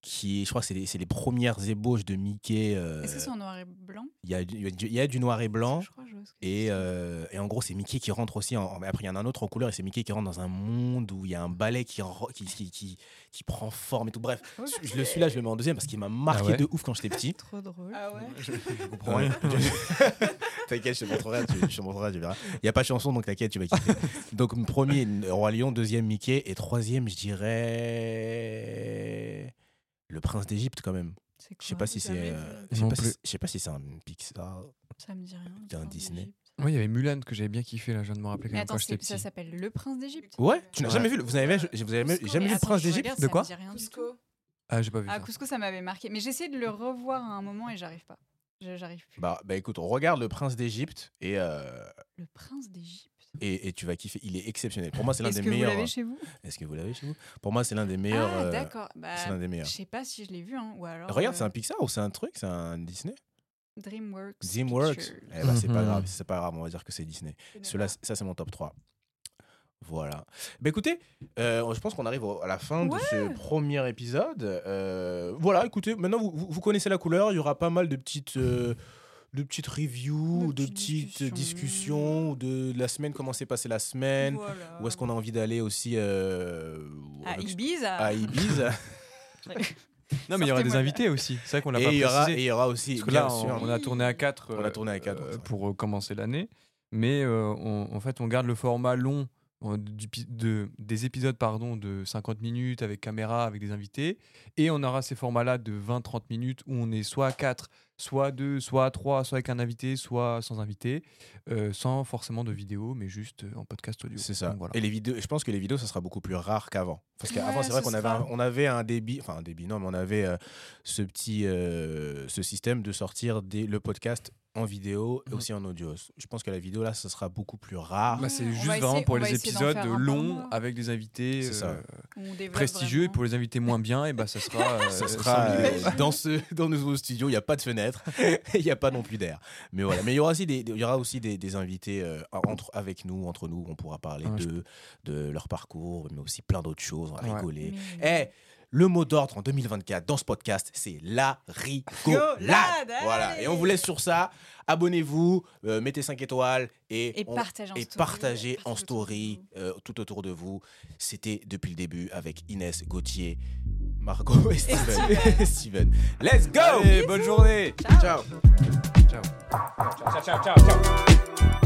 Speaker 1: Qui, est- je crois que c'est les, c'est les premières ébauches de Mickey. euh,
Speaker 2: Est-ce que c'est en noir et blanc
Speaker 1: il y, a, du- il y a du- il y a du noir et blanc.
Speaker 2: Je crois, je vois ce que
Speaker 1: Et,
Speaker 2: c'est.
Speaker 1: euh, et en gros, c'est Mickey qui rentre aussi. En, en- mais après, il y en a un autre en couleur et c'est Mickey qui rentre dans un monde où il y a un ballet qui, ro- qui, qui, qui- qui prend forme et tout. Bref, je le suis là, je le mets en deuxième parce qu'il m'a marqué
Speaker 3: ouais
Speaker 1: de ouf quand j'étais petit.
Speaker 2: Trop drôle.
Speaker 4: Ah ouais
Speaker 1: comprends rien. Euh, t'inquiète, je te montrerai, tu, je te montrerai, tu verras. Il n'y a pas de chanson, donc t'inquiète, tu vas kiffer. Donc, mon premier, Roi Lion, deuxième, Mickey, et troisième, je dirais. Le Prince d'Égypte, quand même.
Speaker 2: C'est
Speaker 1: Je sais
Speaker 2: quoi
Speaker 1: pas si c'est.
Speaker 4: Jamais
Speaker 1: euh,
Speaker 4: vu.
Speaker 1: je sais
Speaker 3: Non
Speaker 1: pas si-
Speaker 3: plus.
Speaker 1: je sais pas si c'est un Pixar.
Speaker 2: Ça me dit rien. le
Speaker 1: T'es un
Speaker 2: prince
Speaker 1: Disney.
Speaker 2: d'Égypte.
Speaker 3: Moi, il y avait Mulan que j'avais bien kiffé, là, je viens de me rappeler quand
Speaker 2: Mais
Speaker 3: même
Speaker 2: attends,
Speaker 3: quand j'étais
Speaker 2: c'est- ça
Speaker 3: petit.
Speaker 2: s'appelle Le Prince d'Égypte
Speaker 1: Ouais, tu n'as
Speaker 3: Ouais.
Speaker 1: jamais vu. le- Vous avez, vous avez jamais,
Speaker 4: Cusco,
Speaker 1: jamais
Speaker 2: Mais
Speaker 1: vu le
Speaker 2: attends,
Speaker 1: Prince
Speaker 2: je regarde,
Speaker 1: d'Égypte
Speaker 3: De
Speaker 2: ça me
Speaker 3: quoi
Speaker 2: dit rien du tout.
Speaker 4: Cusco.
Speaker 3: Ah, j'ai pas vu
Speaker 2: Ah,
Speaker 3: ça.
Speaker 2: Cusco, ça m'avait marqué. Mais j'essayais de le revoir à un moment et j'arrive pas. Je- J'arrive plus.
Speaker 1: bah, bah écoute, on regarde le Prince d'Égypte et, euh,
Speaker 2: Le Prince d'Égypte.
Speaker 1: et, et tu vas kiffer. Il est exceptionnel. Pour moi, c'est l'un
Speaker 2: Est-ce
Speaker 1: des
Speaker 2: que vous
Speaker 1: meilleurs. euh,
Speaker 2: l'avez chez vous
Speaker 1: Est-ce que vous l'avez chez vous Pour moi, c'est l'un des meilleurs.
Speaker 2: Ah,
Speaker 1: euh,
Speaker 2: d'accord. Bah,
Speaker 1: c'est l'un des
Speaker 2: je
Speaker 1: meilleurs.
Speaker 2: sais pas si je l'ai vu. Hein. Ou alors,
Speaker 1: Regarde,
Speaker 2: euh,
Speaker 1: c'est un Pixar ou c'est un truc C'est un Disney
Speaker 2: Dreamworks.
Speaker 1: Dreamworks.
Speaker 2: Pictures.
Speaker 1: Eh ben, c'est pas
Speaker 3: Mhm.
Speaker 1: grave, c'est pas grave, on va dire que c'est Disney. Cela, ça, c'est mon top 3. Voilà. Bah écoutez, euh, je pense qu'on arrive au- à la fin de ce premier épisode. Euh, voilà, écoutez, maintenant vous, vous- vous connaissez la couleur, il y aura pas mal de petites, euh, de petites reviews,
Speaker 2: De
Speaker 1: de,
Speaker 2: petites
Speaker 1: petites discussions,
Speaker 2: discussions.
Speaker 1: de, de la semaine, comment s'est passée la semaine,
Speaker 2: Voilà.
Speaker 1: où est-ce qu'on a envie d'aller aussi euh,
Speaker 2: À
Speaker 1: avec-
Speaker 2: Ibiza.
Speaker 1: à Ibiza.
Speaker 3: Non, mais il y aura des
Speaker 2: Sortez-moi.
Speaker 3: invités aussi. C'est vrai qu'on l'a
Speaker 1: Et
Speaker 3: pas
Speaker 1: il y aura- et
Speaker 3: précisé.
Speaker 1: il y aura aussi,
Speaker 3: Parce que
Speaker 1: bien
Speaker 3: là,
Speaker 1: sûr,
Speaker 3: on, on a tourné à 4
Speaker 1: On a tourné à quatre, ouais, c'est vrai.
Speaker 3: pour euh, commencer l'année. Mais euh, on- en fait, on garde le format long euh, du pi- de, des épisodes pardon, de 50 minutes avec caméra, avec des invités. Et on aura ces formats-là de 20-30 minutes où on est soit à 4, soit 2, soit 3, soit avec un invité, soit sans invité, euh, sans forcément de vidéo, mais juste euh, en podcast audio.
Speaker 1: C'est ça.
Speaker 3: Donc voilà.
Speaker 1: Et les vidéos, je pense que les vidéos, ça sera beaucoup plus rare qu'avant. Parce qu'avant,
Speaker 4: Ouais,
Speaker 1: c'est vrai
Speaker 4: ce
Speaker 1: qu'on avait,
Speaker 4: sera-
Speaker 1: un, on avait un débit, enfin un débit, non, mais on avait euh, ce petit, euh, ce système de sortir des- le podcast en vidéo et
Speaker 3: Mhm.
Speaker 1: aussi en audio. Je pense que la vidéo là, ça sera beaucoup plus rare.
Speaker 3: Bah, c'est
Speaker 2: Ouais, on
Speaker 3: juste
Speaker 2: va
Speaker 3: vraiment
Speaker 2: essayer-
Speaker 3: pour
Speaker 2: on va
Speaker 3: les
Speaker 2: essayer d'en faire
Speaker 3: épisodes
Speaker 2: un par
Speaker 3: longs
Speaker 2: mois.
Speaker 3: avec des invités
Speaker 1: C'est ça.
Speaker 3: euh,
Speaker 2: On développe
Speaker 3: prestigieux. Et
Speaker 2: vraiment.
Speaker 3: pour les invités moins bien, et bah, ça sera, euh,
Speaker 1: Ça
Speaker 3: sans
Speaker 1: sera
Speaker 3: vidéo.
Speaker 1: euh, dans ce dans nos nouveaux studios, il n'y a pas de fenêtre, il n'y a pas non plus d'air. Mais voilà, mais il y aura aussi des il y aura aussi des, des invités euh, entre avec nous, entre nous, on pourra parler
Speaker 3: Ouais, je-
Speaker 1: de de leur parcours, mais aussi plein d'autres choses, on va
Speaker 3: Ouais.
Speaker 1: rigoler.
Speaker 2: Mais-
Speaker 1: Eh, le mot d'ordre en 2024 dans ce podcast, c'est la rigolade. Voilà, et on vous laisse sur ça. Abonnez-vous, euh, mettez 5 étoiles et,
Speaker 2: Et
Speaker 1: on-
Speaker 2: partagez en
Speaker 1: et
Speaker 2: story.
Speaker 1: partagez en
Speaker 2: Partagez autour de
Speaker 1: story
Speaker 2: vous.
Speaker 1: euh, tout autour de vous. C'était depuis le début avec Inès Gauthier, Margot et Steven. Et Steven. Let's go
Speaker 3: Allez, bonne journée
Speaker 1: Ciao
Speaker 3: Ciao. Ciao, ciao, ciao, ciao.